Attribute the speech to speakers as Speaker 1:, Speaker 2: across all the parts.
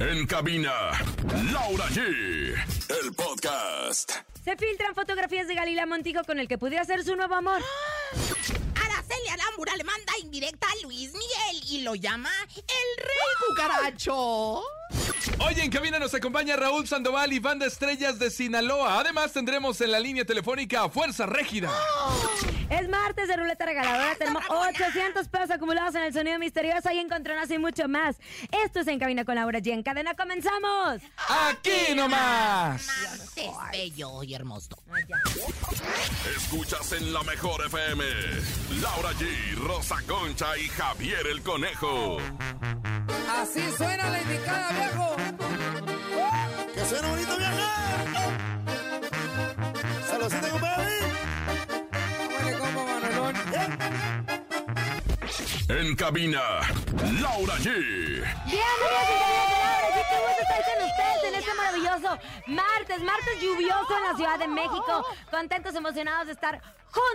Speaker 1: En cabina, Laura G. El podcast.
Speaker 2: Se filtran fotografías de Galila Montijo con el que pudiera ser su nuevo amor.
Speaker 3: Araceli Alambura le manda indirecta a Luis Miguel y lo llama el rey cucaracho.
Speaker 4: Hoy en cabina nos acompaña Raúl Sandoval y banda estrellas de Sinaloa. Además tendremos en la línea telefónica a Fuerza Régida.
Speaker 2: Es martes de ruleta regaladora. Tenemos
Speaker 3: Ramona!
Speaker 2: 800 pesos acumulados en el sonido misterioso y encontronazos y mucho más. Esto es En Cabina con Laura G. En cadena comenzamos.
Speaker 4: Aquí nomás.
Speaker 3: Martes bello y hermoso.
Speaker 1: Escuchas en la mejor FM. Laura G, Rosa Concha y Javier el Conejo.
Speaker 5: Así suena la indicada, viejo.
Speaker 6: ¡Que suena bonito viajar! ¡Saludcita, compadre!
Speaker 5: Huele como Manolón.
Speaker 1: En cabina, Laura G.
Speaker 2: Bienvenidos en Cabina con Laura G. Qué gusto estar con ustedes en este maravilloso martes, martes lluvioso en la Ciudad de México. Contentos, emocionados de estar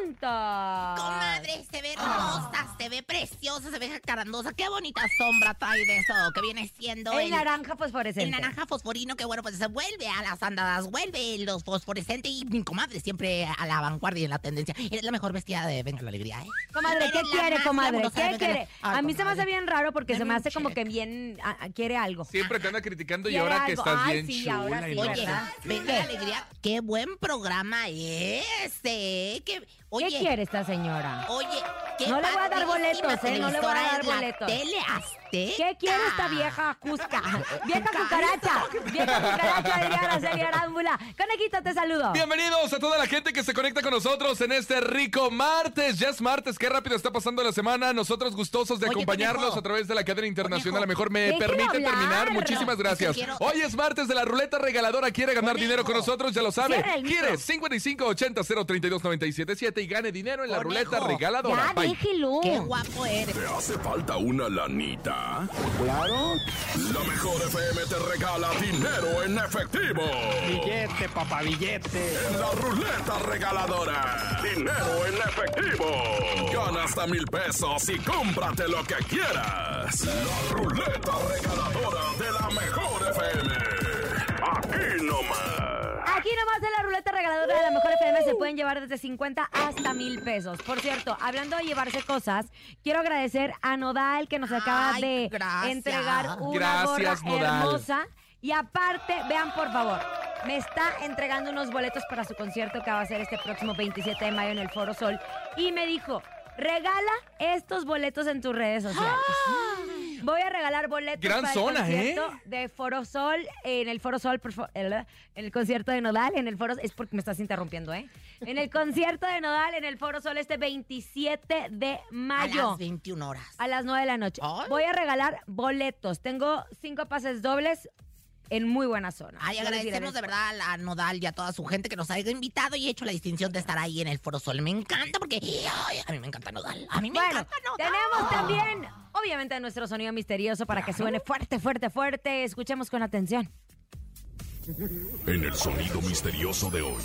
Speaker 2: juntos.
Speaker 3: Comadre, se ve
Speaker 2: Ah.
Speaker 3: hermosa, se ve preciosa, se ve jacarandosa. Qué bonita sombra trae de eso que viene siendo
Speaker 2: El naranja fosforescente.
Speaker 3: El naranja fosforino, que bueno, pues se vuelve a las andadas, vuelve los fosforescentes y mi comadre siempre a la vanguardia y en la tendencia. Eres la mejor vestida de Venga la Alegría, ¿eh?
Speaker 2: Comadre, ¿qué
Speaker 3: Eres la
Speaker 2: quiere,
Speaker 3: más
Speaker 2: comadre?
Speaker 3: glamurosa de
Speaker 2: ¿Qué
Speaker 3: Venga la-
Speaker 2: quiere?
Speaker 3: Ay,
Speaker 2: A mí se me hace
Speaker 3: comadre.
Speaker 2: bien raro porque se
Speaker 3: Dame
Speaker 2: me
Speaker 3: un
Speaker 2: hace como que
Speaker 3: check.
Speaker 2: bien ah, ah, quiere algo.
Speaker 4: Siempre que anda criticando y
Speaker 2: Quiere
Speaker 4: ahora que
Speaker 2: algo.
Speaker 4: estás
Speaker 2: Ay,
Speaker 4: bien
Speaker 2: sí,
Speaker 4: chula.
Speaker 2: ahora
Speaker 4: y
Speaker 2: sí,
Speaker 4: la-
Speaker 3: Oye,
Speaker 2: ¿verdad?
Speaker 3: venga la alegría, qué buen programa ese. ¿eh? Que,
Speaker 2: ¿Qué
Speaker 3: oye,
Speaker 2: quiere esta señora?
Speaker 3: Oye, qué
Speaker 2: No le voy a dar
Speaker 3: padrísima
Speaker 2: boletos, ¿eh? No le voy a
Speaker 3: televisora
Speaker 2: dar
Speaker 3: es la
Speaker 2: boletos.
Speaker 3: Tele Azteca.
Speaker 2: ¿Qué quiere esta
Speaker 3: Ah.
Speaker 2: vieja Cusca? Vieja cucaracha. Vieja cucaracha de Araceli Arámbula. Conejito, te saludo.
Speaker 4: Bienvenidos a toda la gente que se conecta con nosotros en este rico martes. Ya es martes, qué rápido está pasando la semana. Nosotros gustosos de
Speaker 3: Oye,
Speaker 4: acompañarlos
Speaker 3: conejo.
Speaker 4: a través de la cadena internacional. A lo mejor me
Speaker 2: Déjelo
Speaker 4: permiten
Speaker 2: hablar.
Speaker 4: terminar. Muchísimas
Speaker 3: No,
Speaker 4: gracias.
Speaker 3: es que quiero-
Speaker 4: Hoy es martes de la ruleta regaladora. ¿Quiere ganar
Speaker 3: Conejo.
Speaker 4: dinero con nosotros? Ya lo sabe.
Speaker 2: Cierra el micro.
Speaker 4: Quiere 5580-032-977 y gane dinero en la
Speaker 3: Conejo.
Speaker 4: ruleta regaladora.
Speaker 2: Ya,
Speaker 4: Bye.
Speaker 2: déjelo.
Speaker 3: Qué guapo eres.
Speaker 1: ¿Te hace falta una lanita?
Speaker 6: ¡Claro!
Speaker 1: La mejor FM te regala dinero en efectivo.
Speaker 7: Billete, papá, billete.
Speaker 1: En la ruleta regaladora. Dinero en efectivo. Gana hasta mil pesos y cómprate lo que quieras. La ruleta regaladora de la mejor FM. Aquí nomás.
Speaker 2: Aquí nomás en la ruleta regaladora de la mejor FM se pueden llevar desde 50 hasta mil pesos. Por cierto, hablando de llevarse cosas, quiero agradecer a Nodal que nos acaba
Speaker 3: Ay,
Speaker 2: de
Speaker 3: gracias.
Speaker 2: entregar una
Speaker 4: Gracias,
Speaker 2: gorra
Speaker 4: Nodal.
Speaker 2: hermosa. Y aparte, vean por favor, me está entregando unos boletos para su concierto que va a ser este próximo 27 de mayo en el Foro Sol. Y me dijo, regala estos boletos en tus redes sociales. Voy a regalar boletos
Speaker 4: ¡Ah! Gran
Speaker 2: para
Speaker 4: zona,
Speaker 2: el concierto
Speaker 4: ¿eh?
Speaker 2: de Foro Sol, en el Foro Sol, por fa- el, en el concierto de Nodal, en el Foro es porque me estás interrumpiendo, ¿eh? En el concierto de Nodal, en el Foro Sol este 27 de
Speaker 3: A
Speaker 2: mayo.
Speaker 3: las 21 horas.
Speaker 2: A las 9 de la noche.
Speaker 3: Ay.
Speaker 2: Voy a regalar boletos. Tengo cinco pases dobles en muy buena zona.
Speaker 3: Ay,
Speaker 2: Ya les diré
Speaker 3: agradecemos de
Speaker 2: después.
Speaker 3: verdad a Nodal y a toda su gente que nos haya invitado y hecho la distinción de estar ahí en el Foro Sol. Me encanta porque ay, a mí me encanta Nodal. A mí me
Speaker 2: Bueno,
Speaker 3: encanta Ah. Nodal.
Speaker 2: tenemos también, obviamente, nuestro sonido misterioso para que suene fuerte, fuerte, fuerte. Escuchemos con atención.
Speaker 1: En el sonido misterioso de hoy.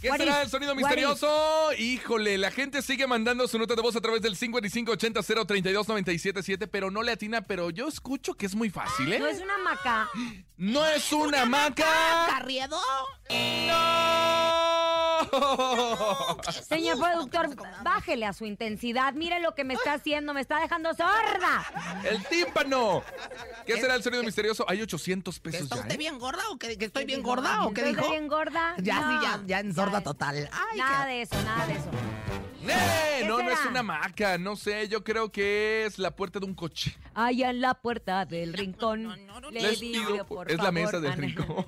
Speaker 4: ¿Qué
Speaker 2: What
Speaker 4: será
Speaker 2: if?
Speaker 4: el sonido
Speaker 2: What
Speaker 4: misterioso? Híjole, la gente sigue mandando su nota de voz a través del 5580-032-977, pero no le atina, pero yo escucho que es muy fácil,
Speaker 2: No
Speaker 4: ¿eh?
Speaker 2: es una maca.
Speaker 4: ¡No es una maca!
Speaker 3: Carriedo.
Speaker 4: ¡No!
Speaker 2: Señor
Speaker 3: Uf, no
Speaker 2: productor,
Speaker 3: tenemos que-
Speaker 2: bájele a su intensidad. Mire lo que me está haciendo, me está dejando sorda.
Speaker 4: ¡El tímpano! ¿Qué será el sonido misterioso? Hay 800
Speaker 3: ¿Que
Speaker 4: pesos
Speaker 3: ¿Está
Speaker 4: ya,
Speaker 3: usted
Speaker 4: ¿eh?
Speaker 3: bien gorda o que, que estoy bien gorda o qué dijo?
Speaker 2: ¿Estoy bien gorda?
Speaker 3: Ya,
Speaker 2: No.
Speaker 3: sí, ya, ya en sorda
Speaker 2: Ya,
Speaker 3: total. Ay,
Speaker 2: Nada
Speaker 3: qué-
Speaker 2: de eso, nada de eso.
Speaker 4: ¡Eh!
Speaker 2: ¿Qué
Speaker 4: No, no
Speaker 2: será?
Speaker 4: es una maca, no sé, yo creo que es la puerta de un coche.
Speaker 2: Allá en la puerta del rincón.
Speaker 3: no, no, no,
Speaker 2: le
Speaker 4: Les
Speaker 2: digo,
Speaker 4: pido
Speaker 2: por
Speaker 4: por- es la
Speaker 2: favor,
Speaker 4: mesa del
Speaker 2: Ana.
Speaker 4: rincón.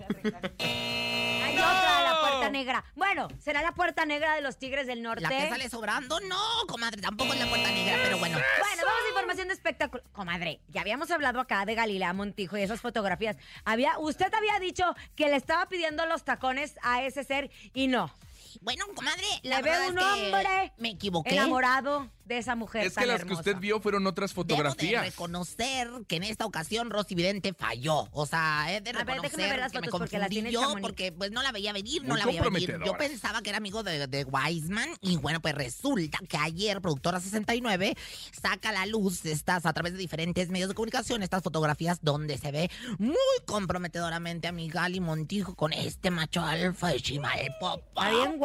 Speaker 2: Hay otra, la
Speaker 4: ¡No!
Speaker 2: puerta negra. Bueno, será la puerta negra de los Tigres del Norte.
Speaker 3: La que sale sobrando, no, comadre, tampoco es la puerta negra, pero bueno.
Speaker 2: Bueno, vamos a información de espectáculo. Comadre, ya habíamos hablado acá de Galilea Montijo y esas fotografías. Había, usted había dicho que le estaba pidiendo los tacones a ese ser y no.
Speaker 3: Bueno, comadre, la
Speaker 2: Le
Speaker 3: verdad
Speaker 2: veo
Speaker 3: es
Speaker 2: un
Speaker 3: que
Speaker 2: hombre
Speaker 3: Me equivoqué.
Speaker 2: enamorado de esa mujer
Speaker 4: Es
Speaker 2: tan
Speaker 4: que las que
Speaker 2: hermosa.
Speaker 4: usted vio fueron otras
Speaker 3: Debo de
Speaker 4: fotografías.
Speaker 3: reconocer que en esta ocasión Rosy Vidente falló. O sea, he de
Speaker 2: A ver, déjame
Speaker 3: reconocer
Speaker 2: ver las
Speaker 3: que me
Speaker 2: fotos porque
Speaker 3: confundí
Speaker 2: las tiene
Speaker 3: yo
Speaker 2: Chamonix.
Speaker 3: porque pues no la veía venir, no
Speaker 4: Muy
Speaker 3: la veía venir. Yo
Speaker 4: comprometedoras.
Speaker 3: pensaba que era amigo de, de Wiseman y bueno, pues resulta que ayer Productora 69 saca a la luz estas a través de diferentes medios de comunicación, estas fotografías donde se ve muy comprometedoramente a mi Gali Montijo con este macho alfa de Chimalpopo.
Speaker 2: Está bien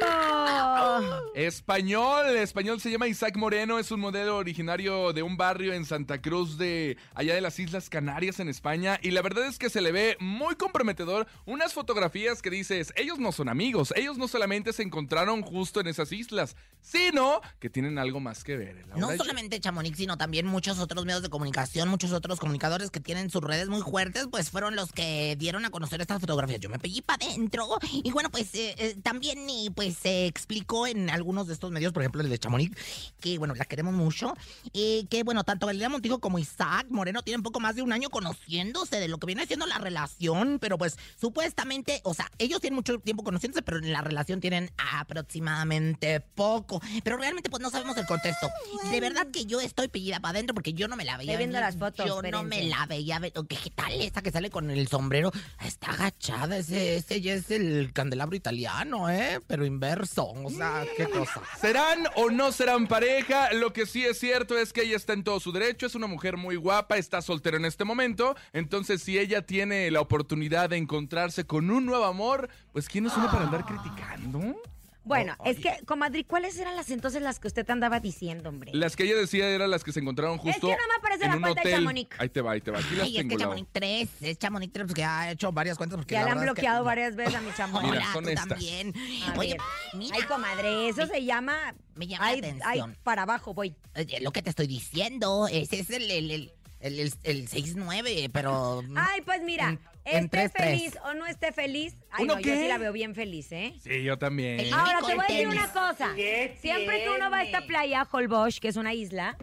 Speaker 2: guapo.
Speaker 4: Español, español se llama Isaac Moreno, es un modelo originario de un barrio en Santa Cruz de allá de las Islas Canarias en España y la verdad es que se le ve muy comprometedor unas fotografías que dices, ellos no son amigos, ellos no solamente se encontraron justo en esas islas, sino que tienen algo más que ver. Laura
Speaker 3: No
Speaker 4: G.
Speaker 3: solamente Chamonix, sino también muchos otros medios de comunicación, muchos otros comunicadores que tienen sus redes muy fuertes, pues fueron los que dieron a conocer estas fotografías. Yo me pegué para adentro. Y bueno, pues eh, eh, también eh, pues se explicó en algunos de estos medios, por ejemplo el de Chamonix, que bueno, la queremos mucho, eh, que bueno, tanto Valeria Montijo como Isaac Moreno tienen poco más de un año conociéndose de lo que viene siendo la relación, pero pues supuestamente, o sea, ellos tienen mucho tiempo conociéndose, pero en la relación tienen aproximadamente poco. Pero realmente pues no sabemos el contexto. De verdad que yo estoy pellida para adentro porque yo no me la veía.
Speaker 2: Estoy viendo
Speaker 3: venir,
Speaker 2: las fotos,
Speaker 3: Yo no me
Speaker 2: espérense.
Speaker 3: la veía. ve- ¿Qué, qué tal esa que sale con el sombrero? Está agachada, ese, ese ya es el candelabro italiano, ¿eh? Pero inverso, o sea, qué cosa.
Speaker 4: ¿Serán o no serán pareja? Lo que sí es cierto es que ella está en todo su derecho, es una mujer muy guapa, está soltera en este momento, entonces si ella tiene la oportunidad de encontrarse con un nuevo amor, pues ¿quién es uno para andar criticando?
Speaker 2: Bueno, es que, comadre, ¿cuáles eran las entonces las que usted andaba diciendo, hombre?
Speaker 4: Las que ella decía eran las que se encontraron justo
Speaker 2: que no me aparece
Speaker 4: en
Speaker 2: la
Speaker 4: un
Speaker 2: cuenta de
Speaker 4: hotel.
Speaker 2: Chamonix.
Speaker 4: ahí te va, ahí te va. Aquí las
Speaker 3: Ay, es
Speaker 4: tengo,
Speaker 3: que
Speaker 4: Lau.
Speaker 3: Chamonix 3, es Chamonix 3 que ha hecho varias cuentas porque
Speaker 2: Ya
Speaker 3: la
Speaker 2: le han
Speaker 3: verdad es que-
Speaker 2: bloqueado varias veces a mi chamo.
Speaker 4: Mira,
Speaker 3: Hola,
Speaker 4: son
Speaker 3: tú
Speaker 4: estas.
Speaker 3: también.
Speaker 2: A
Speaker 3: Oye,
Speaker 2: ver.
Speaker 3: mira,
Speaker 2: Ay, comadre, eso se llama.
Speaker 3: me llama la
Speaker 2: ay,
Speaker 3: atención.
Speaker 2: ay, para abajo voy.
Speaker 3: oye, eh, lo que te estoy diciendo, ese es el, el, el, el, el- el 6-9, pero...
Speaker 2: Ay, pues mira,
Speaker 3: En- Mm. en
Speaker 2: esté
Speaker 3: tres, tres.
Speaker 2: feliz o no esté feliz. Ay,
Speaker 4: ¿Uno
Speaker 2: no, yo
Speaker 4: qué?
Speaker 2: sí la veo bien feliz, ¿eh?
Speaker 4: Sí, yo también.
Speaker 3: Ah.
Speaker 2: Ahora
Speaker 3: Ni
Speaker 2: te voy a decir
Speaker 3: tenis.
Speaker 2: una cosa. Siempre que uno va a esta playa, Holbox, que es una isla,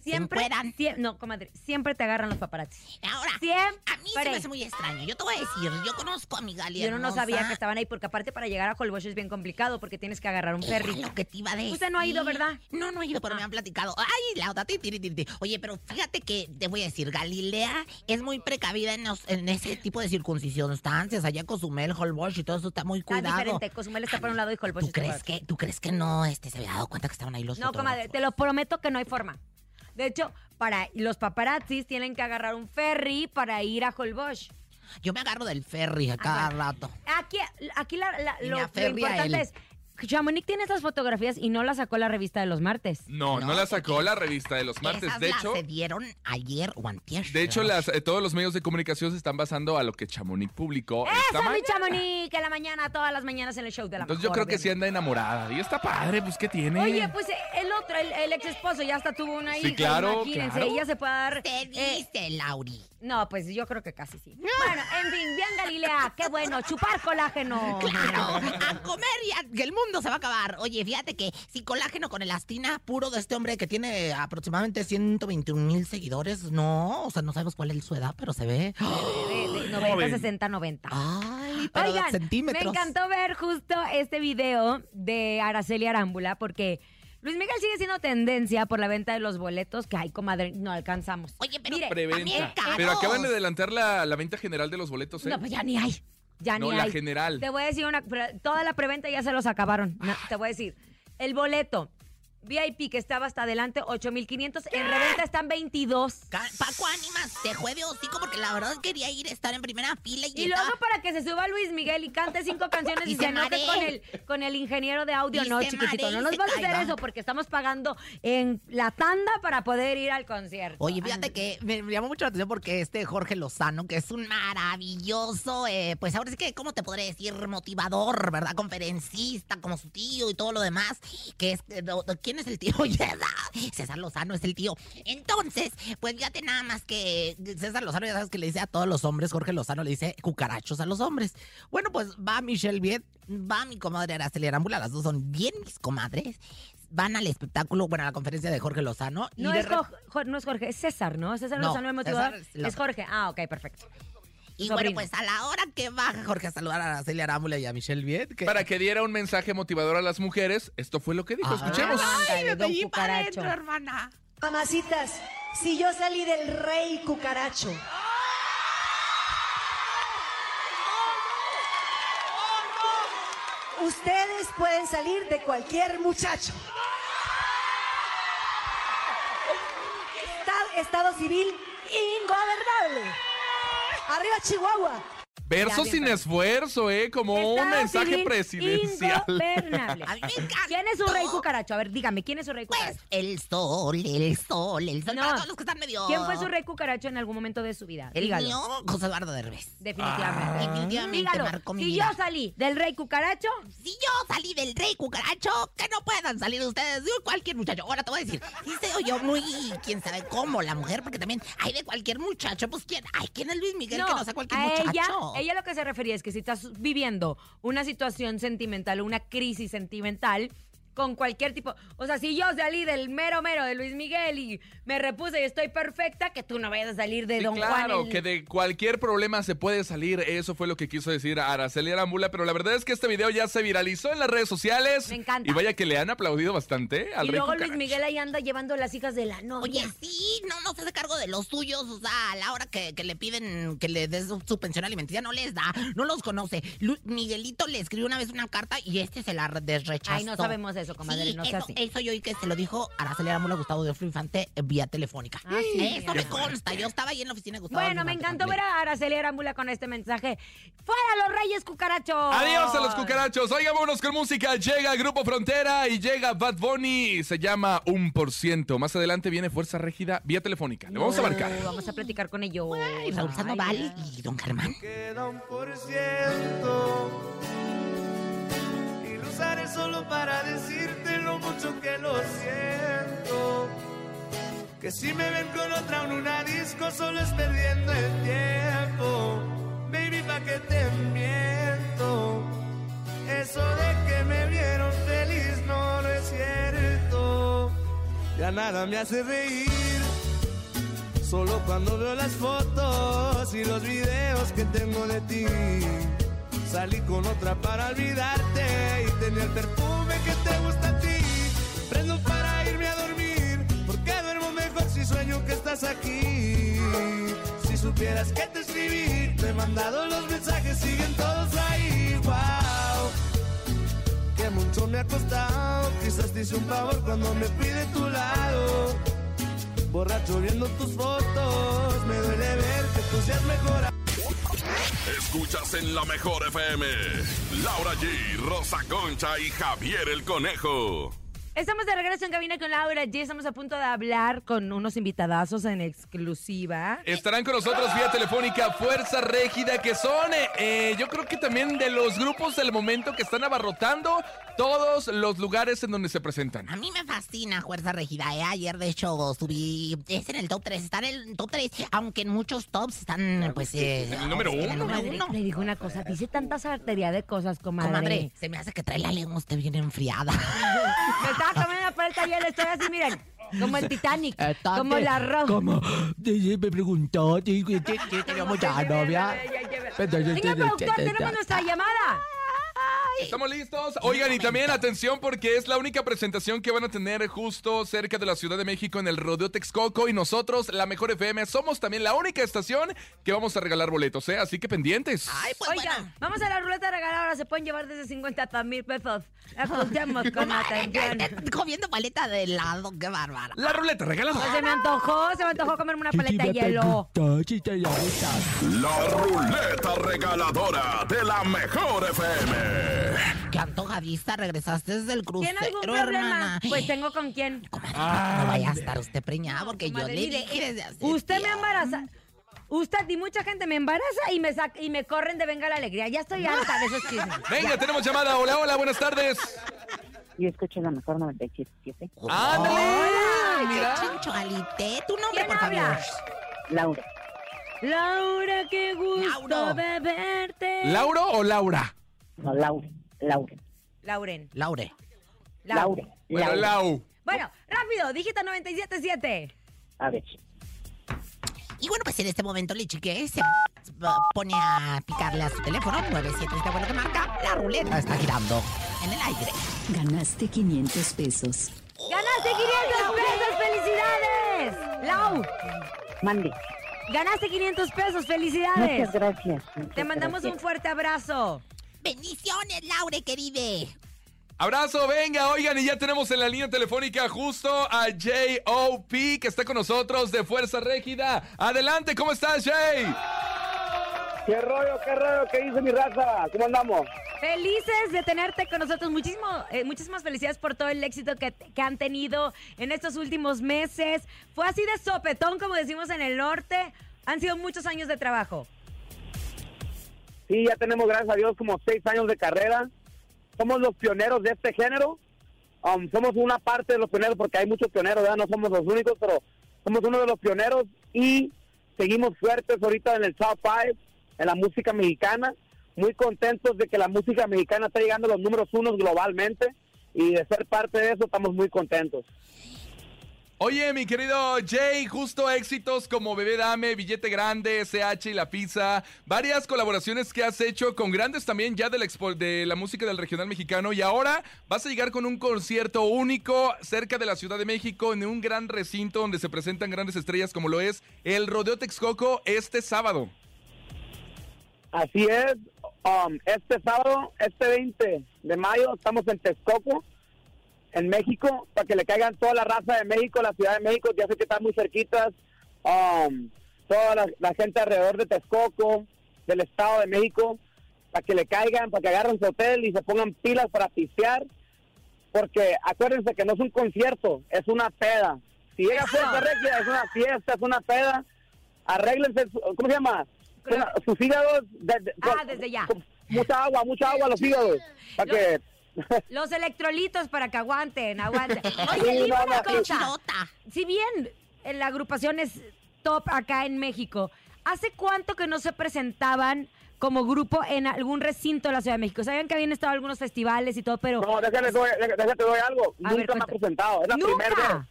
Speaker 2: siempre.
Speaker 3: encueran.
Speaker 2: sie- no, comadre, siempre te agarran los paparazzi.
Speaker 3: Ahora,
Speaker 2: Siempre.
Speaker 3: a mí se me hace muy extraño. Yo te voy a decir, yo conozco a mi Gali
Speaker 2: Yo no, no sabía que
Speaker 3: hermosa.
Speaker 2: estaban ahí, porque aparte para llegar a Holbox es bien complicado porque tienes que agarrar un ferry.
Speaker 3: Era lo que te iba a decir.
Speaker 2: Usted no ha ido, ¿verdad?
Speaker 3: No, no he ido, pero me han platicado. Ay, la otra, ti, ti, ti, ti. Oye, pero fíjate que te voy a decir, Galilea es muy precavida en, los- en ese tipo de circunstancias. Allá Cozumel, Holbox y todo eso está muy
Speaker 2: Está
Speaker 3: cuidado.
Speaker 2: diferente. Cozumel está por un lado y Holbox
Speaker 3: ¿Tú
Speaker 2: está por
Speaker 3: crees,
Speaker 2: otro.
Speaker 3: que, ¿Tú crees que no este, se había dado cuenta que estaban ahí los
Speaker 2: No, comadre, te lo prometo que no hay forma. De hecho, para los paparazzis tienen que agarrar un ferry para ir a Holbox.
Speaker 3: fotógrafos? Yo me agarro del ferry
Speaker 2: Ah,
Speaker 3: a cada rato.
Speaker 2: Aquí, aquí la- la-
Speaker 3: Y me
Speaker 2: lo, lo
Speaker 3: aferré a él.
Speaker 2: importante es, Chamonix tiene esas fotografías y no las sacó la revista de los martes.
Speaker 4: No, no,
Speaker 3: No,
Speaker 4: la sacó la revista de los martes.
Speaker 3: Esas
Speaker 4: de
Speaker 3: las
Speaker 4: hecho,
Speaker 3: se dieron ayer o antier.
Speaker 4: de hecho las, eh, todos los medios de comunicación se están basando a lo que Chamonix publicó esta
Speaker 2: Eso, mi
Speaker 4: mañana.
Speaker 2: Chamonix, que en la mañana, todas las mañanas en el show de la
Speaker 4: Entonces yo creo
Speaker 2: mejor,
Speaker 4: que sí
Speaker 2: obviamente.
Speaker 4: anda enamorada. Y está padre, pues ¿qué tiene?
Speaker 2: Oye, pues eh, el otro, el, el ex esposo, ya hasta tuvo una
Speaker 4: Sí,
Speaker 2: hija.
Speaker 4: claro,
Speaker 2: imagínense,
Speaker 4: claro.
Speaker 2: ella se puede dar.
Speaker 3: Te
Speaker 2: eh,
Speaker 3: dice, Lauri.
Speaker 2: no, pues yo creo que casi sí. Bueno, en fin, bien Galilea, qué bueno, chupar colágeno.
Speaker 3: Claro, a comer y a- que el mundo se va a acabar. Oye, fíjate que si colágeno con elastina puro de este hombre que tiene aproximadamente 121 mil seguidores, no, o sea, no sabemos cuál es su edad, pero se ve.
Speaker 2: De- de 90, 60, 90.
Speaker 3: Ay, pero
Speaker 2: Oigan,
Speaker 3: centímetros.
Speaker 2: me encantó ver justo este video de Araceli Arámbula porque Luis Miguel sigue siendo tendencia por la venta de los boletos que, ay, comadre, no alcanzamos.
Speaker 3: Oye, pero
Speaker 2: Mire,
Speaker 4: Preventa.
Speaker 3: también caros.
Speaker 4: Pero acaban de adelantar la, la venta general de los boletos, ¿eh?
Speaker 2: No, pues ya ni hay. Ya
Speaker 4: No,
Speaker 2: ni
Speaker 4: la
Speaker 2: hay.
Speaker 4: general.
Speaker 2: Te voy a decir una. pero Toda la preventa ya se los acabaron. No, te voy a decir. El boleto VIP que estaba hasta adelante, 8,500. En reventa están 22.
Speaker 3: Ca- Paco Ánimas, te jue de hocico porque la verdad quería ir a estar en primera fila y,
Speaker 2: Y
Speaker 3: estaba-
Speaker 2: luego para que se suba Luis Miguel y cante cinco canciones y,
Speaker 3: Y
Speaker 2: se
Speaker 3: se
Speaker 2: enoje
Speaker 3: maree.
Speaker 2: con el, con el ingeniero de audio.
Speaker 3: Y
Speaker 2: no,
Speaker 3: se
Speaker 2: chiquitito,
Speaker 3: maree
Speaker 2: no
Speaker 3: y
Speaker 2: nos
Speaker 3: se
Speaker 2: vas a hacer
Speaker 3: caiga.
Speaker 2: eso porque estamos pagando en la tanda para poder ir al concierto.
Speaker 3: Oye, fíjate
Speaker 2: Ah,
Speaker 3: que me, me llamó mucho la atención porque este Jorge Lozano, que es un maravilloso, eh, pues ahora sí que, ¿cómo te podré decir? Motivador, ¿verdad? Conferencista, como su tío y todo lo demás. Que es, eh, no, no, ¿Quién es el tío? Oye, da, César Lozano es el tío. Entonces, pues fíjate nada más que César Lozano, ya sabes que le dice a todos los hombres, Jorge Lozano le dice cucarachos a los hombres. Bueno, pues va Michelle Viet, va mi comadre Araceli Arámbula, las dos son bien mis comadres. Van al espectáculo, bueno, a la conferencia de Jorge Lozano. y
Speaker 2: No
Speaker 3: de
Speaker 2: es,
Speaker 3: rep-
Speaker 2: Jo- Jo- no es Jorge, es César, ¿no? César
Speaker 3: No,
Speaker 2: Lozano el motivador.
Speaker 3: César es la-
Speaker 2: Es Jorge. Ah, ok, perfecto.
Speaker 3: Y
Speaker 2: Sobrino.
Speaker 3: bueno, pues a la hora que baja Jorge a saludar a Araceli Arámbula y a Michelle Viet, que...
Speaker 4: Para que diera un mensaje motivador a las mujeres, esto fue lo que dijo.
Speaker 3: Ah.
Speaker 4: Escuchemos.
Speaker 2: Ándale, don cucaracho.
Speaker 3: hermana.
Speaker 8: Mamacitas, si yo salí del rey cucaracho. Ustedes pueden salir de cualquier muchacho. Esta- Estado civil ingobernable. Arriba Chihuahua.
Speaker 4: Verso
Speaker 2: Ya,
Speaker 4: sin
Speaker 2: bien.
Speaker 4: esfuerzo, ¿eh? Como un
Speaker 2: Estado
Speaker 4: mensaje
Speaker 2: civil
Speaker 4: presidencial.
Speaker 2: ingobernable.
Speaker 3: A mí me encanta.
Speaker 2: ¿Quién es su rey cucaracho? A ver, dígame, ¿quién es su rey
Speaker 3: Pues
Speaker 2: cucaracho?
Speaker 3: el sol, el sol, el sol.
Speaker 2: No.
Speaker 3: Para todos los que están medio...
Speaker 2: ¿Quién fue su rey cucaracho en algún momento de su vida?
Speaker 3: El
Speaker 2: Dígalo.
Speaker 3: mío, José Eduardo Derbez.
Speaker 4: Ah.
Speaker 2: Definitivamente.
Speaker 3: Definitivamente
Speaker 2: Dígalo.
Speaker 3: marcó mi
Speaker 2: si
Speaker 3: vida.
Speaker 2: yo salí del rey cucaracho,
Speaker 3: Si yo salí del rey cucaracho, que no puedan salir ustedes de cualquier muchacho. Ahora te voy a decir, sí se oyó muy, quién sabe cómo, la mujer, porque también hay de cualquier muchacho. Pues quién, ay, ¿quién es Luis Miguel que no sea cualquier
Speaker 2: a
Speaker 3: muchacho?
Speaker 2: ella, ella lo que se refería es que si estás viviendo una situación sentimental, una crisis sentimental, con cualquier tipo, o sea, si yo salí del mero mero de Luis Miguel y me repuse y estoy perfecta, que tú no vayas a salir de
Speaker 4: Sí,
Speaker 2: Don
Speaker 4: claro,
Speaker 2: Juan. el-
Speaker 4: que de cualquier problema se puede salir. Eso fue lo que quiso decir Araceli Arambula. Pero la verdad es que este video ya se viralizó en las redes sociales.
Speaker 2: Me encanta.
Speaker 4: Y vaya que le han aplaudido bastante ¿eh? al
Speaker 2: Y
Speaker 4: rey
Speaker 2: luego Luis
Speaker 4: cucaracho.
Speaker 2: Miguel ahí anda llevando a las hijas de la
Speaker 3: Oye,
Speaker 2: novia.
Speaker 3: sí, no, no se hace cargo de los suyos, o sea, a la hora que, que le piden que le des su, su pensión alimenticia, no les da, no los conoce. Lu- Miguelito le escribió una vez una carta y este se la re- desrechazó.
Speaker 2: Ay, no sabemos eso, comadre,
Speaker 3: Sí,
Speaker 2: no sea
Speaker 3: eso,
Speaker 2: así.
Speaker 3: eso yo oí que se lo dijo Araceli Arámbula a Gustavo de Infante eh, vía telefónica.
Speaker 2: Ah, sí,
Speaker 3: eso
Speaker 2: ya.
Speaker 3: me consta, yo estaba ahí en la oficina de Gustavo
Speaker 2: Bueno, me
Speaker 3: Infante
Speaker 2: encantó ver
Speaker 3: también.
Speaker 2: a Araceli Arámbula con este mensaje. ¡Fuera los reyes cucarachos!
Speaker 4: Adiós a los cucarachos. Oigan, vámonos con música. Llega Grupo Frontera y llega Bad Bunny. Se llama Un por ciento. Más adelante viene Fuerza Régida vía telefónica. Le vamos a marcar.
Speaker 2: No, vamos a platicar con ellos.
Speaker 3: Ay, Raúl Sandoval y Don Germán.
Speaker 9: Queda un por ciento. Y lo usaré solo para decirte lo mucho que lo siento. Que si me ven con otra en una disco, solo es perdiendo el tiempo. Baby, pa' que te miento. Eso de que me vieron feliz no, no es cierto. Ya nada me hace reír. Solo cuando veo las fotos y los videos que tengo de ti. Salí con otra para olvidarte y tenía el perfume que te gusta a ti. Prendo para irme a dormir, porque duermo mejor si sueño que estás aquí. Si supieras que te escribí, te he mandado los mensajes, siguen todos ahí. Wow, que mucho me ha costado. Quizás te hice un favor cuando me fui de tu lado. Borracho viendo tus fotos, me duele ver que tú seas mejorado.
Speaker 1: Escuchas en la mejor FM. Laura G, Rosa Concha y Javier el Conejo.
Speaker 2: Estamos de regreso en cabina con Laura G. Estamos a punto de hablar con unos invitadazos en exclusiva.
Speaker 4: Estarán con nosotros vía telefónica Fuerza Régida, que son, eh, eh, yo creo que también de los grupos del momento que están abarrotando todos los lugares en donde se presentan.
Speaker 3: A mí me fascina Fuerza Regida. ¿eh? Ayer, de hecho, subí. Es en el top 3. Está en el top 3. Aunque en muchos tops están, pues. eh,
Speaker 4: el número
Speaker 3: en
Speaker 4: uno.
Speaker 3: el número
Speaker 2: Comadre,
Speaker 3: uno.
Speaker 2: le digo una cosa, dice tanta sartería de cosas, comadre.
Speaker 3: Comadre, se me hace que trae la lengua usted bien enfriada.
Speaker 2: Me estaba comiendo la paleta y él estoy así, miren, como el Titanic,
Speaker 3: Eh,
Speaker 2: como la roja.
Speaker 7: Me preguntó, digo,
Speaker 2: Como que lleve, lleve, lleve.
Speaker 3: Pues,
Speaker 2: Señor productor, tenemos nuestra llamada.
Speaker 4: Estamos listos. Oigan, y también atención porque es la única presentación que van a tener justo cerca de la Ciudad de México en el Rodeo Texcoco. Y nosotros, la Mejor FM, somos también la única estación que vamos a regalar boletos, ¿eh? Así que pendientes.
Speaker 3: Ay, pues
Speaker 2: Oigan,
Speaker 3: bueno.
Speaker 2: vamos a la ruleta regaladora, se pueden llevar desde 50 hasta mil pesos. Escuchemos con atención.
Speaker 3: Estoy comiendo paleta de helado, qué bárbara.
Speaker 4: La ruleta
Speaker 2: Pues
Speaker 4: regalada.
Speaker 2: se me antojó, se me antojó comerme una paleta de hielo.
Speaker 1: La ruleta regaladora de la mejor FM.
Speaker 3: Qué antojadiza, regresaste desde el crucero,
Speaker 2: ¿Tiene algún problema?
Speaker 3: hermana.
Speaker 2: Pues tengo con quién.
Speaker 3: Comadre, no vaya a estar usted preñada porque yo
Speaker 2: Comadre,
Speaker 3: le
Speaker 2: mire,
Speaker 3: dije desde hace
Speaker 2: Usted me
Speaker 3: tiempo.
Speaker 2: embaraza. Usted y mucha gente me embaraza y me saca- y me corren de venga la alegría. Ya estoy harta de esos chismes.
Speaker 4: Venga, tenemos llamada. Hola, hola, buenas tardes.
Speaker 10: Yo escucho la mejor 977.
Speaker 4: ¡Ándale!
Speaker 3: Qué
Speaker 4: Mira.
Speaker 3: chincho alité. Tu nombre,
Speaker 2: ¿Quién
Speaker 3: por
Speaker 2: habla?
Speaker 3: favor.
Speaker 10: Laura,
Speaker 2: Laura, qué gusto
Speaker 3: Lauro.
Speaker 2: de verte.
Speaker 4: ¿Lauro o Laura?
Speaker 10: no, Laura, Laura,
Speaker 2: Lauren.
Speaker 3: Laure.
Speaker 2: Lau.
Speaker 10: Laura,
Speaker 4: Bueno,
Speaker 10: Laura.
Speaker 4: Lau.
Speaker 2: Bueno, rápido, dígito 977.
Speaker 10: A ver,
Speaker 3: Y bueno, pues en este momento le chique se p- pone a picarle a su teléfono. 973 bueno que marca. La ruleta está girando en el aire.
Speaker 11: Ganaste 500 pesos.
Speaker 2: ¡Ganaste 500 pesos! ¡Felicidades! ¡Lau!
Speaker 10: Mande.
Speaker 2: ¡Ganaste 500 pesos! ¡Felicidades!
Speaker 10: Muchas gracias.
Speaker 2: Pues, Te mandamos un fuerte abrazo.
Speaker 3: Bendiciones, Laure, querida.
Speaker 4: Abrazo, venga, oigan, y ya tenemos en la línea telefónica justo a J.O.P. que está con nosotros de Fuerza Régida. Adelante, ¿cómo estás, Jay?
Speaker 12: ¿Qué rollo, qué rollo? ¿Qué dice mi raza? ¿Cómo andamos?
Speaker 2: Felices de tenerte con nosotros. Muchísimo, eh, muchísimas felicidades por todo el éxito que, que han tenido en estos últimos meses. Fue así de sopetón, como decimos en el norte. Han sido muchos años de trabajo.
Speaker 12: Sí, ya tenemos, gracias a Dios, como seis años de carrera. Somos los pioneros de este género. Um, somos una parte de los pioneros porque hay muchos pioneros, ¿verdad? No somos los únicos, pero somos uno de los pioneros y seguimos fuertes ahorita en el top 5, en la música mexicana. Muy contentos de que la música mexicana está llegando a los números unos globalmente y de ser parte de eso estamos muy contentos.
Speaker 4: Oye, mi querido Jay, justo éxitos como Bebé Dame, Billete Grande, SH y La Pizza, varias colaboraciones que has hecho con grandes también ya del expo- de la música del regional mexicano y ahora vas a llegar con un concierto único cerca de la Ciudad de México en un gran recinto donde se presentan grandes estrellas como lo es el Rodeo Texcoco este sábado.
Speaker 12: Así es, um, este sábado, este 20 de mayo, estamos en Texcoco, en México, para que le caigan toda la raza de México, la Ciudad de México, ya sé que están muy cerquitas, um, toda la, la gente alrededor de Texcoco, del Estado de México, para que le caigan, para que agarren su hotel y se pongan pilas para pistear, porque acuérdense que no es un concierto, es una peda. Si llega
Speaker 2: Ah.
Speaker 12: Fuerza Regia, es una fiesta, es una peda, arréglense, su- ¿cómo se llama? Una- sus hígados... de- de-
Speaker 2: Ah, desde ya.
Speaker 12: Mucha agua, mucha agua a los hígados. Para que.
Speaker 2: Los electrolitos para que aguanten, aguanten.
Speaker 12: Sí,
Speaker 2: Oye, dime
Speaker 12: no,
Speaker 2: una
Speaker 12: no,
Speaker 2: cosa. Si bien eh, la agrupación es top acá en México, ¿hace cuánto que no se presentaban como grupo en algún recinto de la Ciudad de México? Sabían que habían estado en algunos festivales y todo, pero...
Speaker 12: No, déjate, doy, déjate, doy algo.
Speaker 2: A
Speaker 12: Nunca
Speaker 2: ver,
Speaker 12: me
Speaker 2: cuenta.
Speaker 12: ha presentado. Es la
Speaker 2: ¿Nunca?
Speaker 12: primera vez.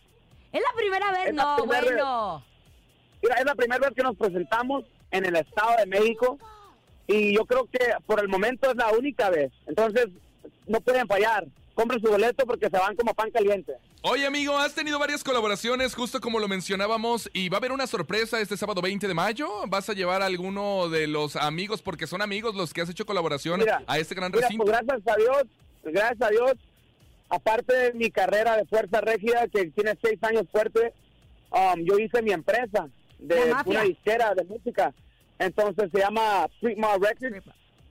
Speaker 2: Es la primera vez,
Speaker 12: Es la
Speaker 2: no,
Speaker 12: primera vez.
Speaker 2: bueno.
Speaker 12: Mira, es la primera vez que nos presentamos en el Estado de México. Y yo creo que por el momento es la única vez. Entonces, no pueden fallar. Compren su boleto porque se van como pan caliente.
Speaker 4: Oye amigo, has tenido varias colaboraciones, justo como lo mencionábamos, y va a haber una sorpresa este sábado 20 de mayo. ¿Vas a llevar a alguno de los amigos, porque son amigos los que has hecho colaboración
Speaker 12: Mira,
Speaker 4: a este gran
Speaker 12: Mira,
Speaker 4: recinto?
Speaker 12: pues gracias a Dios, gracias a Dios, aparte de mi carrera de fuerza régida, que tiene seis años fuerte, um, yo hice mi empresa de
Speaker 13: La mafia.
Speaker 12: una disquera de música. Entonces se llama Streetmart Records,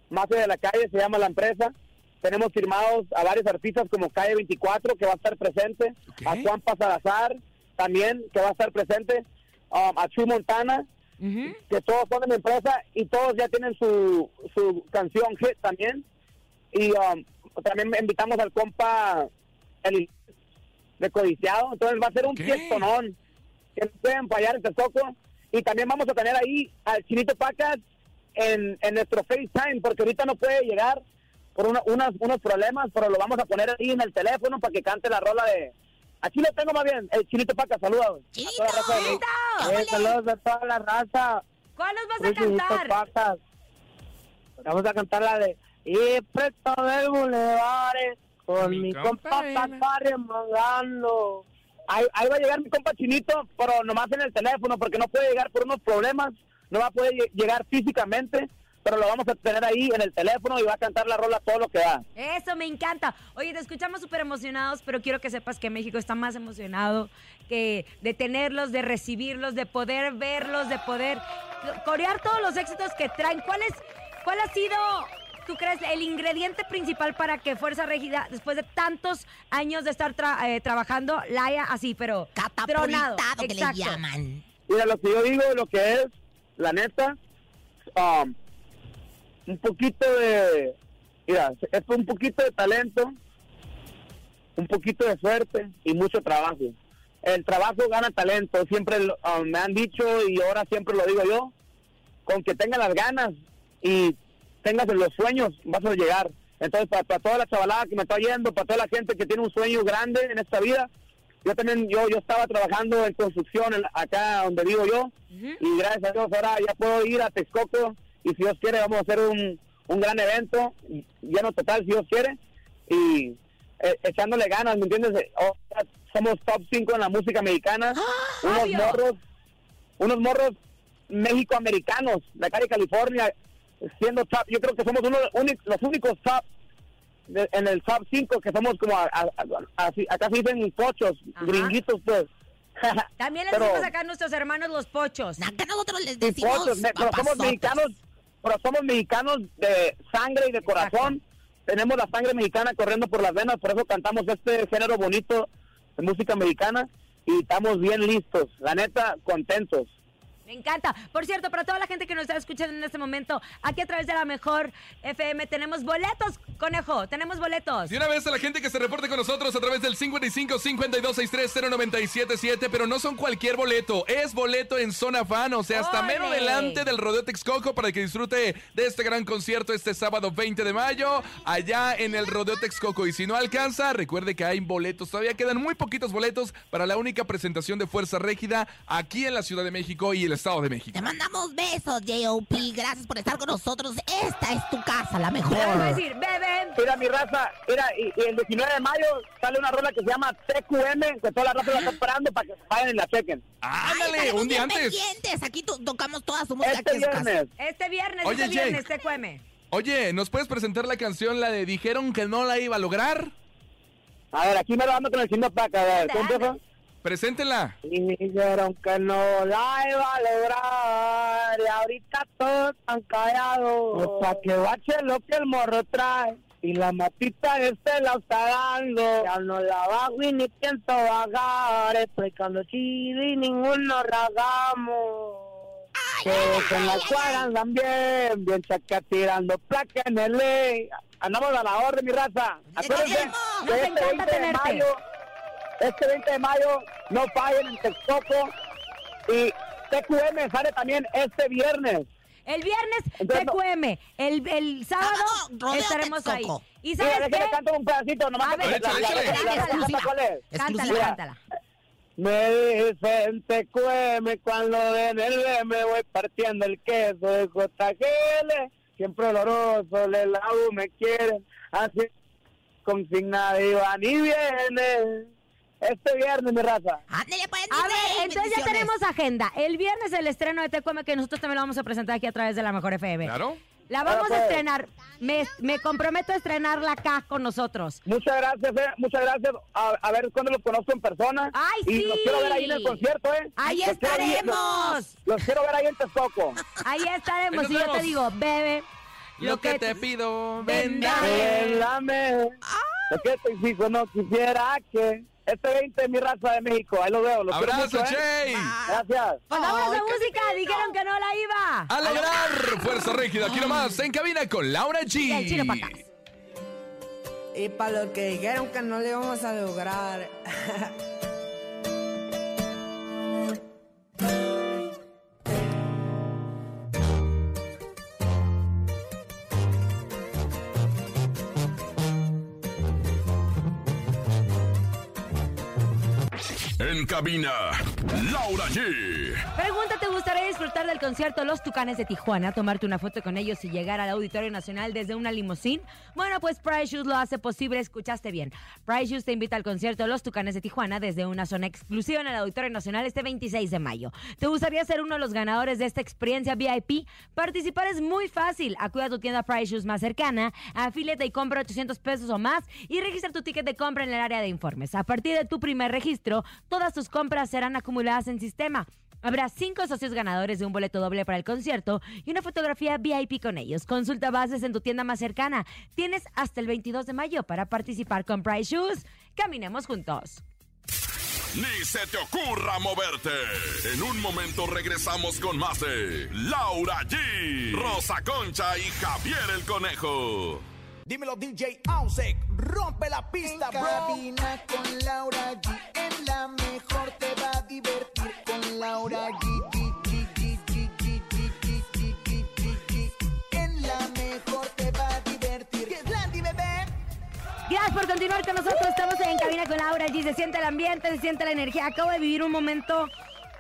Speaker 12: Mafia de la Calle se llama la empresa. Tenemos firmados a varios artistas como Calle 24, que va a estar presente, a Juan Pasalazar, también, que va a estar presente, um, a Chu Montana, que todos son de mi empresa y todos ya tienen su, su canción hit también. Y um, también invitamos al compa el de Codiciado. Entonces va a ser un fiestonón. Que no pueden fallar en Texcoco. Y también vamos a tener ahí al Chinito Pacas en, en nuestro FaceTime, porque ahorita no puede llegar por una- unas, unos problemas, pero lo vamos a poner ahí en el teléfono para que cante la rola de... Aquí lo tengo más bien, el Chinito Pacas, saludos. ¡Chinito! saludos a toda la raza.
Speaker 2: ¿Cuál nos vas
Speaker 12: Soy
Speaker 2: a
Speaker 12: Chinito
Speaker 2: cantar?
Speaker 12: Pacas. Vamos a cantar la de... Y presto del bulevares con mi, compa Patarre mandando. Ahí, ahí va a llegar mi compa Chinito, pero nomás en el teléfono, porque no puede llegar por unos problemas, no va a poder lle- llegar físicamente, pero lo vamos a tener ahí en el teléfono y va a cantar la rola todo lo que da.
Speaker 2: Eso me encanta. Oye, te escuchamos súper emocionados, pero quiero que sepas que México está más emocionado que de tenerlos, de recibirlos, de poder verlos, de poder corear todos los éxitos que traen. ¿Cuál, es, cuál ha sido, tú crees, el ingrediente principal para que Fuerza Régida, después de tantos años de estar tra- eh, trabajando, la haya así, pero
Speaker 3: Catapultado,
Speaker 2: tronado?
Speaker 3: que le
Speaker 2: Exacto.
Speaker 3: llaman.
Speaker 12: Mira, lo que yo digo, lo que es, la neta, um, un poquito de, mira, es un poquito de talento, un poquito de suerte y mucho trabajo. El trabajo gana talento, siempre lo- um, me han dicho y ahora siempre lo digo yo, con que tengas las ganas y tengas los sueños, vas a llegar. Entonces, para, para toda la chavalada que me está oyendo, para toda la gente que tiene un sueño grande en esta vida, yo también, yo, yo estaba trabajando en construcción en- acá donde vivo yo, y gracias a Dios ahora ya puedo ir a Texcoco, y si Dios quiere vamos a hacer un, un gran evento, y- lleno total si Dios quiere, y eh, echándole ganas, ¿me entiendes? Eh, ahora somos top 5 en la música mexicana, unos
Speaker 2: obvio.
Speaker 12: morros, unos morros México-americanos, de acá de California, siendo top, yo creo que somos uno, de- uni- los únicos top de- en el top 5 que somos como a- a- a- así- acá se dicen pochos, gringuitos pues.
Speaker 2: También les
Speaker 12: Pero-
Speaker 2: decimos acá a nuestros hermanos los pochos.
Speaker 3: Acá nosotros les
Speaker 12: pochos, me- pero somos mexicanos, pero somos mexicanos de sangre y de corazón. Tenemos la sangre mexicana corriendo por las venas, por eso cantamos este género bonito de música mexicana y estamos bien listos, la neta, contentos.
Speaker 2: Me encanta. Por cierto, para toda la gente que nos está escuchando en este momento, aquí a través de la mejor FM tenemos boletos, conejo. Tenemos boletos.
Speaker 4: De una vez a la gente que se reporte con nosotros a través del 55 52 63 0977, pero no son cualquier boleto, es boleto en zona fan, o sea, hasta
Speaker 2: ¡Ole!
Speaker 4: mero delante del Rodeo Texcoco para que disfrute de este gran concierto este sábado 20 de mayo allá en el Rodeo Texcoco. Y si no alcanza, recuerde que hay boletos, todavía quedan muy poquitos boletos para la única presentación de Fuerza Régida aquí en la Ciudad de México y el Estado de México.
Speaker 3: Te mandamos besos, J.O.P. Gracias por estar con nosotros. Esta es tu casa, la mejor.
Speaker 2: pues
Speaker 12: Mira mi raza, mira, y, y el 19 de mayo sale una rola que se llama TQM, que toda la raza la está esperando para que vayan y la chequen.
Speaker 4: ¡Ándale!
Speaker 3: Estaremos bien pendientes. Aquí to- tocamos toda su música.
Speaker 12: Este
Speaker 3: que es casa.
Speaker 12: viernes.
Speaker 2: Este viernes,
Speaker 4: Oye,
Speaker 2: este viernes,
Speaker 4: Jake.
Speaker 2: TQM.
Speaker 4: Oye, ¿nos puedes presentar la canción, la de Dijeron que no la iba a lograr?
Speaker 12: A ver, aquí me lo ando con el signo paca, a ver, ¿cómo empieza?
Speaker 4: Preséntela.
Speaker 12: Dijeron que no la iba a lograr y ahorita todos están callados. O sea que bache lo que el morro trae y la matita este la está dando. Ya no la bajo y ni pienso bajar, estoy cuando chido y ninguno ragamos. Todos en la cuadra andan bien, bien chaca tirando placa en el ley. Andamos a la orden, mi raza. Acuérdense
Speaker 2: Nos
Speaker 12: que
Speaker 2: encanta
Speaker 12: este 20 de
Speaker 2: tenerte.
Speaker 12: mayo, este 20 de mayo, no fallen en Texcoco. Y TQM sale también este viernes.
Speaker 2: El viernes, TQM. El, el sábado
Speaker 12: Ah,
Speaker 2: estaremos ahí. ¿Y sabes
Speaker 12: Mira, déjale,
Speaker 2: qué?
Speaker 12: canto un pedacito, nomás.
Speaker 2: A ver,
Speaker 12: porque
Speaker 2: échale,
Speaker 12: la- la- la-
Speaker 2: échale.
Speaker 12: la- la- la-
Speaker 2: Exclusiva.
Speaker 12: ¿cuál es?
Speaker 2: Cántala,
Speaker 12: Mira,
Speaker 2: cántala.
Speaker 12: Me dicen TQM cuando en el me voy partiendo el queso de JGL. Siempre oloroso, le la U me quieren. Así consigna de Iván y viene. Este viernes, mi raza.
Speaker 3: pues,
Speaker 2: A ver, entonces ya tenemos agenda. El viernes el estreno de TQM que nosotros también lo vamos a presentar aquí a través de la Mejor FM.
Speaker 4: Claro.
Speaker 2: La vamos
Speaker 12: Ahora,
Speaker 2: a
Speaker 12: pues.
Speaker 2: estrenar. Me, me comprometo a estrenarla acá con nosotros.
Speaker 12: Muchas gracias, eh, muchas gracias. A, a ver cuándo los conozco en persona.
Speaker 2: ¡Ay,
Speaker 12: y
Speaker 2: sí!
Speaker 12: los quiero ver ahí en el concierto, ¿eh?
Speaker 2: ¡Ahí
Speaker 12: Los quiero ver-
Speaker 2: estaremos!
Speaker 12: los, los quiero ver ahí en Texcoco.
Speaker 2: Ahí estaremos.
Speaker 12: Ahí nos
Speaker 2: y yo te
Speaker 12: vemos.
Speaker 2: digo, bebe.
Speaker 4: Lo que te pido, ven, dame.
Speaker 12: Véndame. Lo que te exijo no quisiera que. Este 20 es mi raza de México. Ahí lo veo. Lo quiero
Speaker 4: Abrazo,
Speaker 12: mucho, ¿eh?
Speaker 4: Jay.
Speaker 12: Gracias.
Speaker 2: Pues vámonos
Speaker 4: Ay,
Speaker 2: de
Speaker 4: qué
Speaker 2: música. Dijeron que no la iba.
Speaker 4: A lograr Fuerza Rígida, aquí nomás, en cabina con Laura G.
Speaker 5: Y para los que dijeron que no le íbamos a lograr.
Speaker 1: En cabina, Laura G.
Speaker 2: Pregunta, ¿te gustaría disfrutar del concierto Los Tucanes de Tijuana, tomarte una foto con ellos y llegar al Auditorio Nacional desde una limusín? Bueno, pues Price Shoes lo hace posible, escuchaste bien. Price Shoes te invita al concierto Los Tucanes de Tijuana desde una zona exclusiva en el Auditorio Nacional este 26 de mayo. ¿Te gustaría ser uno de los ganadores de esta experiencia VIP? Participar es muy fácil. Acude a tu tienda Price Shoes más cercana, afíliate y compra 800 pesos o más y registra tu ticket de compra en el área de informes. A partir de tu primer registro, todas tus compras serán acumuladas en sistema. Habrá cinco socios ganadores de un boleto doble para el concierto y una fotografía VIP con ellos. Consulta bases en tu tienda más cercana. Tienes hasta el 22 de mayo para participar con Price Shoes. Caminemos juntos.
Speaker 1: Ni se te ocurra moverte. En un momento regresamos con más de Laura G, Rosa Concha y Javier el Conejo.
Speaker 13: Dímelo DJ Ausek, rompe la pista, en Cabina con Laura G, en la mejor te va a divertir con Laura G. G, G, G, G, G, G, G, G, G, G, G. En la mejor te va a divertir. Que es Landy, bebé.
Speaker 2: Gracias Gracias por continuar con nosotros. Estamos en cabina con Laura G. Se siente el ambiente, se siente la energía. Acabo de vivir un momento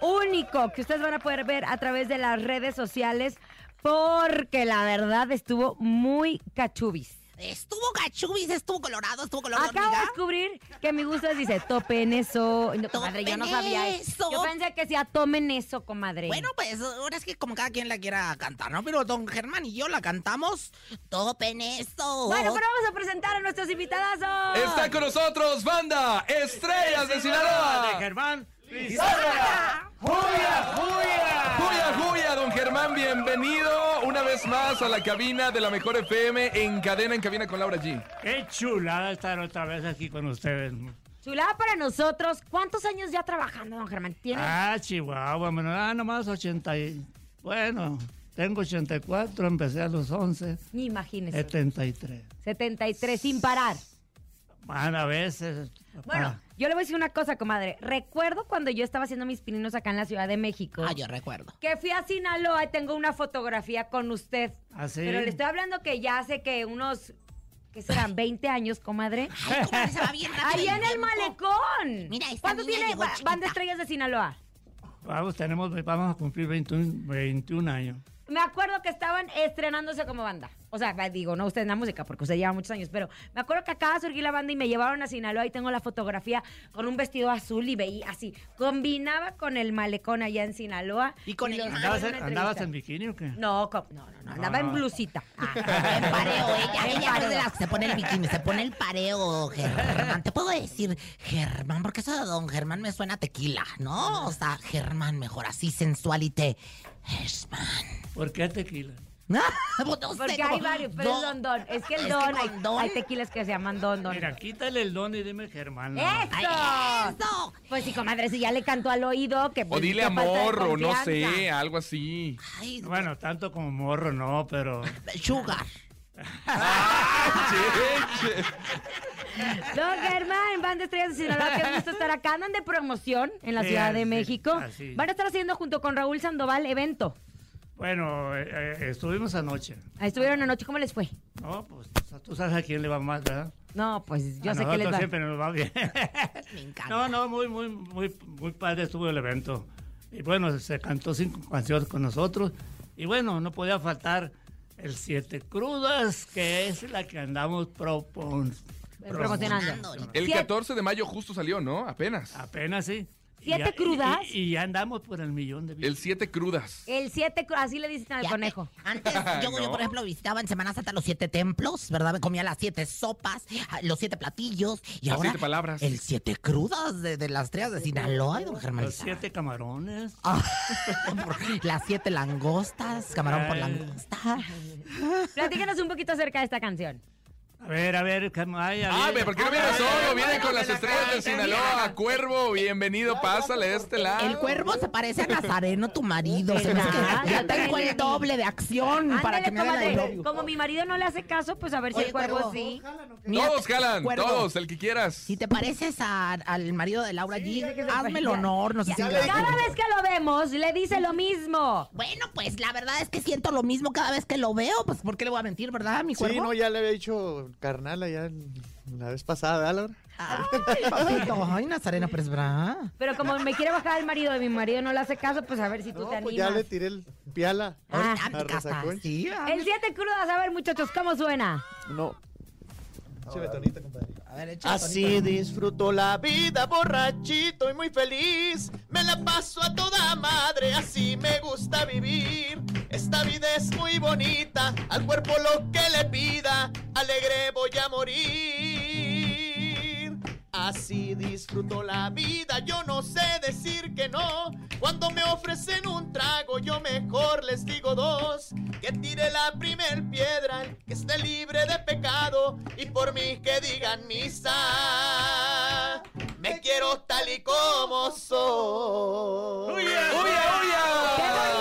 Speaker 2: único que ustedes van a poder ver a través de las redes sociales porque la verdad estuvo muy cachubis.
Speaker 3: Estuvo cachubis, estuvo colorado, estuvo colorado.
Speaker 2: Acabo de descubrir que mi gusto es dice, topen eso. No, comadre, yo no
Speaker 3: Topen
Speaker 2: sabía
Speaker 3: eso.
Speaker 2: Yo pensé que decía, tomen eso, comadre.
Speaker 3: Bueno, pues ahora es que como cada quien la quiera cantar, ¿no? Pero don Germán y yo la cantamos. Topen eso.
Speaker 2: Bueno, pero vamos a presentar a nuestros invitadazos.
Speaker 4: Está con nosotros, banda Estrellas de Sinaloa.
Speaker 14: De Germán
Speaker 4: Lizárraga.
Speaker 14: ¡Julia, Julia!
Speaker 4: Juya, Juya, don Germán, bienvenido una vez más a la cabina de la mejor FM en cadena, en cabina con Laura G.
Speaker 14: Qué chulada estar otra vez aquí con ustedes.
Speaker 2: Chulada para nosotros. ¿Cuántos años ya trabajando, don Germán? ¿Tiene?
Speaker 14: Ah, Chihuahua, bueno, ah, nomás 80 y... Bueno, tengo 84, empecé a los 11,
Speaker 2: Ni imagínese.
Speaker 14: Este. 73.
Speaker 2: 73, sin parar.
Speaker 14: Bueno, a veces... papá.
Speaker 2: Bueno, yo le voy a decir una cosa, comadre. Recuerdo cuando yo estaba haciendo mis pininos acá en la Ciudad de México.
Speaker 3: Ah, yo recuerdo.
Speaker 2: Que fui a Sinaloa y tengo una fotografía con usted.
Speaker 14: ¿Ah, sí?
Speaker 2: Pero le estoy hablando que ya hace que unos, ¿qué serán? 20 años, comadre.
Speaker 3: Ay, comadre, se va bien rápido el
Speaker 2: Ahí en el
Speaker 3: tiempo.
Speaker 2: malecón.
Speaker 3: Mira, esta
Speaker 2: ¿Cuánto
Speaker 3: niña
Speaker 2: tiene
Speaker 3: llegó
Speaker 2: ba-
Speaker 3: chiquita.
Speaker 2: Banda Estrellas de Sinaloa?
Speaker 14: Vamos, tenemos, vamos a cumplir 21, 21 años.
Speaker 2: Me acuerdo que estaban estrenándose como banda. O sea, va- digo, no usted en la música, porque usted lleva muchos años, pero me acuerdo que acaba de surgir la banda y me llevaron a Sinaloa y tengo la fotografía con un vestido azul y veía así. Combinaba con el malecón allá en Sinaloa. Y
Speaker 3: con el-
Speaker 2: los-
Speaker 14: ¿Andabas,
Speaker 2: una
Speaker 14: en- andabas
Speaker 2: entrevista.
Speaker 14: en bikini o qué?
Speaker 2: No, co- no, no, no, andaba
Speaker 14: no.
Speaker 2: en blusita.
Speaker 3: En pareo, eh, ella,
Speaker 2: En
Speaker 3: ella no es de
Speaker 2: pareo.
Speaker 3: las que se pone el bikini, se pone el pareo, Germán. Te puedo decir, Germán, porque eso de don Germán me suena a tequila, ¿no? O sea, Germán, mejor así, sensualite. Germán.
Speaker 14: ¿Por qué tequila?
Speaker 3: Pues no sé,
Speaker 2: Porque
Speaker 3: como-
Speaker 2: hay varios, pero es
Speaker 3: don-
Speaker 2: don don. Es que el
Speaker 3: Es que
Speaker 2: don,
Speaker 3: con
Speaker 2: hay,
Speaker 3: don-
Speaker 2: hay tequilas que se llaman don don.
Speaker 14: Mira, quítale el don y dime Germán. no.
Speaker 2: Eh.
Speaker 3: Ay,
Speaker 2: ¡Eso!
Speaker 3: eso.
Speaker 2: Pues sí, comadre, si ya le cantó al oído, que
Speaker 4: O
Speaker 2: pues,
Speaker 4: dile
Speaker 2: qué falta de
Speaker 4: amor, o no
Speaker 2: confianza.
Speaker 4: sé, algo así.
Speaker 3: Ay,
Speaker 14: Bueno, tanto como morro, no, pero...
Speaker 3: sugar.
Speaker 4: Ah, Che, che.
Speaker 2: Don Germán, Banda Estrellas de Sinaloa, qué gusto estar acá. Andan de promoción en la
Speaker 14: Sí,
Speaker 2: Ciudad de
Speaker 14: sí,
Speaker 2: México.
Speaker 14: así es.
Speaker 2: Van a estar haciendo junto con Raúl Sandoval evento.
Speaker 14: Bueno, eh, eh, estuvimos anoche.
Speaker 2: Ahí estuvieron anoche, ¿cómo les fue?
Speaker 14: No, pues tú sabes a quién le va más, ¿verdad?
Speaker 2: No, pues yo
Speaker 14: a
Speaker 2: sé que les
Speaker 14: Ah, nosotros
Speaker 2: va.
Speaker 14: siempre nos va bien.
Speaker 3: Me encanta.
Speaker 14: no, no, muy, muy, muy, muy padre estuvo el evento. Y bueno, se cantó cinco canciones con nosotros. Y bueno, no podía faltar el Siete Crudas, que es la que andamos propon...
Speaker 2: Promocionando.
Speaker 4: El
Speaker 2: Siete-
Speaker 4: 14 de mayo justo salió, ¿no? Apenas.
Speaker 14: Apenas, sí. Y
Speaker 2: ¿Siete
Speaker 14: ya- y-
Speaker 2: crudas?
Speaker 14: Y, y ya andamos por el millón de
Speaker 4: El
Speaker 14: vistas.
Speaker 4: 7 crudas.
Speaker 2: El 7, así le dicen al
Speaker 3: Ya
Speaker 2: conejo.
Speaker 3: te- Antes, yo, yo,
Speaker 4: No.
Speaker 3: por ejemplo, visitaba en Semana Santa los siete templos, ¿verdad? Me comía las siete sopas, ah, los siete platillos. Y
Speaker 4: Las
Speaker 3: ahora,
Speaker 4: siete palabras.
Speaker 3: El siete crudas de, de las estrellas de Sinaloa, don Germán.
Speaker 14: Los siete camarones.
Speaker 3: Ah, por- las siete langostas, camarón por
Speaker 14: Ay.
Speaker 3: langosta.
Speaker 2: Platícanos un poquito acerca de esta canción.
Speaker 14: A ver, a ver, Germán. ay, a
Speaker 4: Ah,
Speaker 14: ver.
Speaker 4: ve, ¿por qué no viene
Speaker 14: Ay,
Speaker 4: solo?
Speaker 14: ay,
Speaker 4: Viene
Speaker 14: ay,
Speaker 4: con
Speaker 14: ay,
Speaker 4: las
Speaker 14: ay,
Speaker 4: estrellas de
Speaker 14: ay,
Speaker 4: Sinaloa. Cuervo, bienvenido, pásale de este lado.
Speaker 3: El cuervo se parece a Nazareno, tu marido. Se me hace
Speaker 2: Ah,
Speaker 3: que-
Speaker 2: ya
Speaker 3: ya tengo
Speaker 2: tiene.
Speaker 3: el doble de acción Mm, para
Speaker 2: Ándale,
Speaker 3: que me hagan el
Speaker 2: comadre.
Speaker 3: novio.
Speaker 2: Como mi marido no le hace caso, pues a ver si
Speaker 3: Oye,
Speaker 2: el cuervo
Speaker 3: cuervo.
Speaker 2: sí.
Speaker 3: Mira,
Speaker 4: Todos
Speaker 3: te-
Speaker 4: jalan,
Speaker 3: cuervo,
Speaker 4: todos, el que quieras.
Speaker 3: Si te pareces a- al marido de Laura G,
Speaker 2: se
Speaker 3: hazme el
Speaker 2: parecía.
Speaker 3: honor, no sé si me vas a
Speaker 2: Cada vez que lo vemos, le dice lo mismo.
Speaker 3: Bueno, pues la verdad es que siento lo mismo cada vez que lo veo, pues ¿por qué le voy a mentir, verdad, mi cuerpo?
Speaker 15: Sí, no, ya le había dicho carnal allá en- la vez pasada, ¿verdad, Laura?
Speaker 2: Ah,
Speaker 3: Ay, papito, ay, Nazarena, pero es
Speaker 15: Ah,
Speaker 3: verdad.
Speaker 2: Pero como me quiere bajar el marido de mi marido no le hace caso, pues a ver si tú te
Speaker 15: No, pues
Speaker 2: animas.
Speaker 15: ya le tiré el piala.
Speaker 3: Ah,
Speaker 15: a
Speaker 3: te casas,
Speaker 15: Razacón.
Speaker 3: sí, ah.
Speaker 2: El 7 crudas, a ver muchachos, ¿cómo suena?
Speaker 15: No. Échame tonita, compadre.
Speaker 3: A ver, échale
Speaker 15: Así disfruto la vida, borrachito y muy feliz. Me la paso a toda madre, así me gusta vivir. Esta vida es muy bonita, al cuerpo lo que le pida, alegre voy a morir. Así disfruto la vida, yo no sé decir que no. Cuando me ofrecen un trago, yo mejor les digo dos. Que tire la primer piedra, el que esté libre de pecado. Y por mí que digan misa. Me quiero tal y como soy.
Speaker 2: ¡Qué
Speaker 15: Ah.
Speaker 4: ¡Uya,
Speaker 2: bonito! Es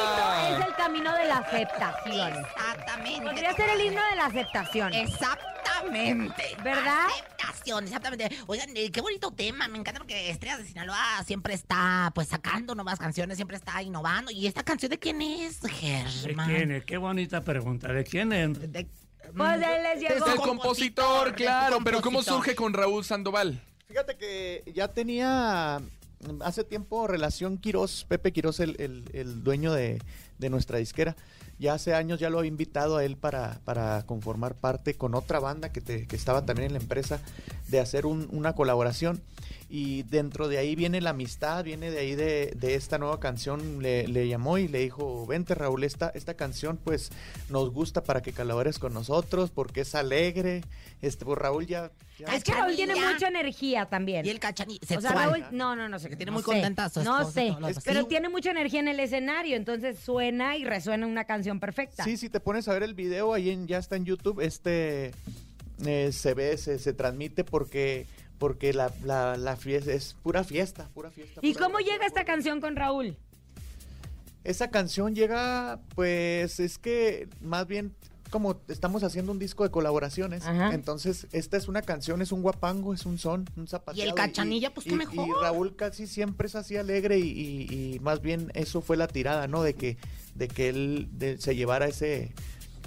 Speaker 4: uya!
Speaker 2: el camino de la aceptación.
Speaker 3: Exactamente.
Speaker 2: Podría ser el himno de la aceptación.
Speaker 3: Exactamente.
Speaker 2: ¿Verdad?
Speaker 3: Aceptación, exactamente. Oigan, eh, qué bonito tema. Me encanta porque Estrellas de Sinaloa siempre está, pues, sacando nuevas canciones, siempre está innovando. ¿Y esta canción de quién es,
Speaker 14: ¿De
Speaker 3: Germán?
Speaker 14: quién es? Qué bonita pregunta. ¿De quién es?
Speaker 3: De-
Speaker 2: Pues él les llegó.
Speaker 4: Es el compositor, claro. Pero ¿cómo surge con Raúl Sandoval?
Speaker 15: Fíjate que ya tenía mm, hace tiempo relación Quirós, Pepe Quirós, el, el- el dueño de, de nuestra disquera. Ya hace años ya lo había invitado a él para, para conformar parte con otra banda que, te- que estaba también en la empresa, de hacer un- una colaboración. Y dentro de ahí viene la amistad, viene de ahí de, de esta nueva canción. Le, le llamó y le dijo, vente Raúl, esta, esta canción pues nos gusta para que colabores con nosotros porque es alegre. Este, pues Raúl ya... ya-
Speaker 2: Es que Raúl tiene mucha energía también. Y el
Speaker 3: cachanilla.
Speaker 2: O sea,
Speaker 15: sexual.
Speaker 2: Raúl, no, no, no sé.
Speaker 3: Que tiene
Speaker 2: no
Speaker 3: muy
Speaker 2: sé.
Speaker 3: contenta a su
Speaker 2: No
Speaker 3: esposa,
Speaker 2: sé.
Speaker 3: todos los-
Speaker 2: Pero
Speaker 3: sí.
Speaker 2: tiene mucha energía en el escenario, entonces suena y resuena una canción perfecta.
Speaker 15: Sí, si te pones a ver el video, ahí en, ya está en YouTube, este eh, se ve, se, se transmite porque porque la, la, la fiesta es pura fiesta, pura fiesta.
Speaker 2: ¿Y cómo llega esta canción con Raúl?
Speaker 15: Esa canción llega, pues es que más bien como estamos haciendo un disco de colaboraciones, entonces esta es una canción, es un guapango, es un son, un zapateado.
Speaker 3: cachanilla, pues, qué
Speaker 15: y-
Speaker 3: mejor.
Speaker 15: Y Raúl casi siempre es así alegre y, y- y más bien eso fue la tirada, ¿no? De que, de que él de- se llevara ese,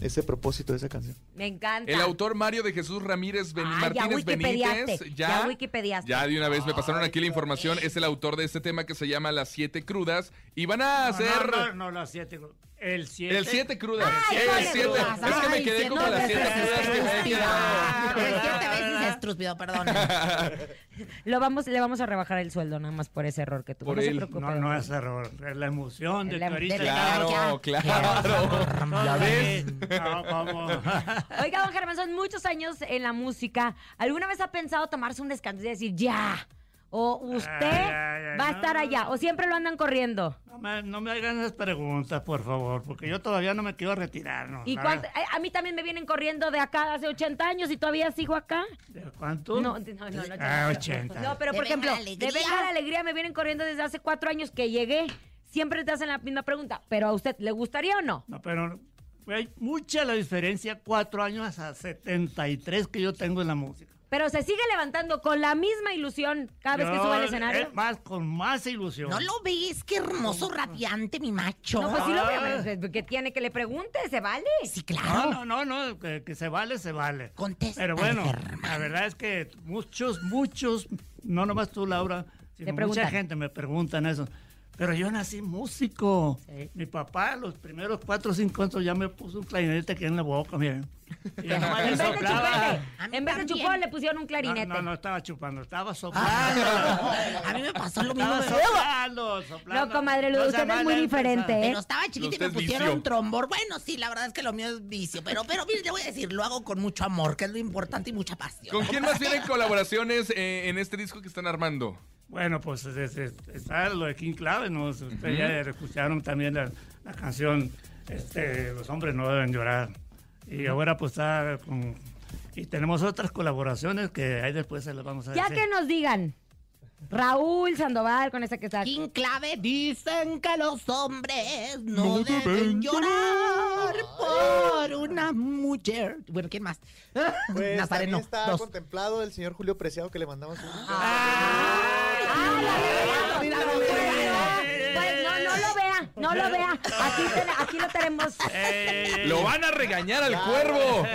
Speaker 15: ese propósito de esa canción.
Speaker 2: Me encanta.
Speaker 4: El autor Mario de Jesús Ramírez Ben-
Speaker 2: Ah, ya
Speaker 4: Martínez
Speaker 2: wikipediaste.
Speaker 4: Benítez.
Speaker 2: Ya,
Speaker 4: Ya,
Speaker 2: wikipediaste.
Speaker 4: ya de una vez me pasaron aquí la información. Es el autor de este tema que se llama Las Siete Crudas. Y van a
Speaker 14: No,
Speaker 4: hacer.
Speaker 14: no, no, no, las siete. cru- El siete.
Speaker 4: El siete crudas.
Speaker 14: Ay,
Speaker 4: el
Speaker 14: ponle
Speaker 4: siete.
Speaker 14: crudas,
Speaker 4: Es que me
Speaker 14: ay,
Speaker 4: quedé
Speaker 14: siete.
Speaker 4: como
Speaker 14: No,
Speaker 4: las
Speaker 3: pues,
Speaker 14: no,
Speaker 4: siete
Speaker 14: no,
Speaker 4: crudas que me he
Speaker 3: Ah, pues,
Speaker 4: quedado.
Speaker 3: siete veces estrúpido, perdón.
Speaker 2: Lo vamos, le vamos a rebajar el sueldo nada más por ese error que tuvo.
Speaker 14: Por
Speaker 2: no se
Speaker 14: él.
Speaker 2: preocupe.
Speaker 14: No, no es error. Es la emoción de
Speaker 2: La-
Speaker 14: que ahorita.
Speaker 2: de la- Claro,
Speaker 4: claro.
Speaker 14: ¿La
Speaker 4: ves?
Speaker 14: No, ¿cómo?
Speaker 2: Oiga, don Germán, son muchos años en la música. ¿Alguna vez ha pensado tomarse un descanso y decir ya? O usted
Speaker 14: Ay, ay, ay,
Speaker 2: va a
Speaker 14: no,
Speaker 2: estar
Speaker 14: no,
Speaker 2: allá. O siempre lo andan corriendo.
Speaker 14: No me, no me hagan esas preguntas, por favor, porque yo todavía no me quiero retirar. ¿no?
Speaker 2: ¿Y
Speaker 14: La-
Speaker 2: cuánto- eh, a, a mí también me vienen corriendo de acá hace 80 años y todavía sigo acá.
Speaker 14: ¿Cuánto?
Speaker 2: No, no, no, no,
Speaker 14: Ah,
Speaker 2: no.
Speaker 14: 80.
Speaker 2: No, pero por
Speaker 3: De venga
Speaker 2: ejemplo,
Speaker 3: la
Speaker 2: de
Speaker 3: alegría.
Speaker 2: venga la alegría me vienen corriendo desde hace cuatro años que llegué. Siempre te hacen la misma pregunta, pero a usted, ¿le gustaría o no?
Speaker 14: No, pero hay mucha la diferencia, cuatro años a 73 que yo tengo en la música.
Speaker 2: Pero se sigue levantando con la misma ilusión cada vez que
Speaker 14: Yo,
Speaker 2: sube al escenario.
Speaker 14: es más, con más ilusión.
Speaker 3: ¿No lo ves? Qué hermoso, radiante, mi macho.
Speaker 2: No, pues sí lo veo, pero ¿Qué tiene que le pregunte? ¿Se vale?
Speaker 3: Sí,
Speaker 14: No, no, no, no, que, que se vale, se vale.
Speaker 3: Contesta.
Speaker 14: Pero bueno, la verdad es que muchos, muchos, no nomás tú, Laura, sino mucha
Speaker 2: preguntan.
Speaker 14: gente me preguntan eso. Pero yo nací músico. Mi papá, los primeros cuatro o cinco años ya me puso un clarinete aquí en la boca, miren. Y yo nomás le
Speaker 2: En vez de
Speaker 14: soplaba.
Speaker 2: chupete, en vez de chupón le pusieron un clarinete. Ah,
Speaker 14: No, no, no estaba chupando, estaba soplando.
Speaker 3: A mí me pasó lo mismo.
Speaker 14: estaba soplando, soplando.
Speaker 2: No, comadre, lo de usted es muy diferente, ¿eh?
Speaker 3: Pero estaba chiquita y
Speaker 2: Usted
Speaker 3: me
Speaker 2: es
Speaker 3: pusieron
Speaker 2: vicio.
Speaker 3: trombor. Bueno, sí, la verdad es que lo mío es vicio. Pero, pero mire, le voy a decir, lo hago con mucho amor, que es lo importante y mucha pasión.
Speaker 4: ¿Con quién más vienen colaboraciones eh, en este disco que están armando?
Speaker 14: Bueno, pues es- es- es- está lo de King Clave, ¿no? Ustedes
Speaker 4: Ujú.
Speaker 14: ya escucharon también la, la canción este, Los hombres no deben llorar. Y ahora pues está con... Y tenemos otras colaboraciones que ahí después se las vamos a
Speaker 2: Ya
Speaker 14: decir.
Speaker 2: que nos digan, Raúl Sandoval con esa que está.
Speaker 3: King Clave dicen que los hombres no, deben llorar por una mujer. Bueno, ¿quién más?
Speaker 15: Pues
Speaker 3: Nazareno.
Speaker 15: también está
Speaker 3: dos.
Speaker 15: contemplado el señor Julio Preciado que le mandamos un...
Speaker 2: Ah, Pues no, no lo vea, no lo vea. Aquí, ten- aquí lo tenemos.
Speaker 4: Eh, ¡Lo van a regañar al cuervo!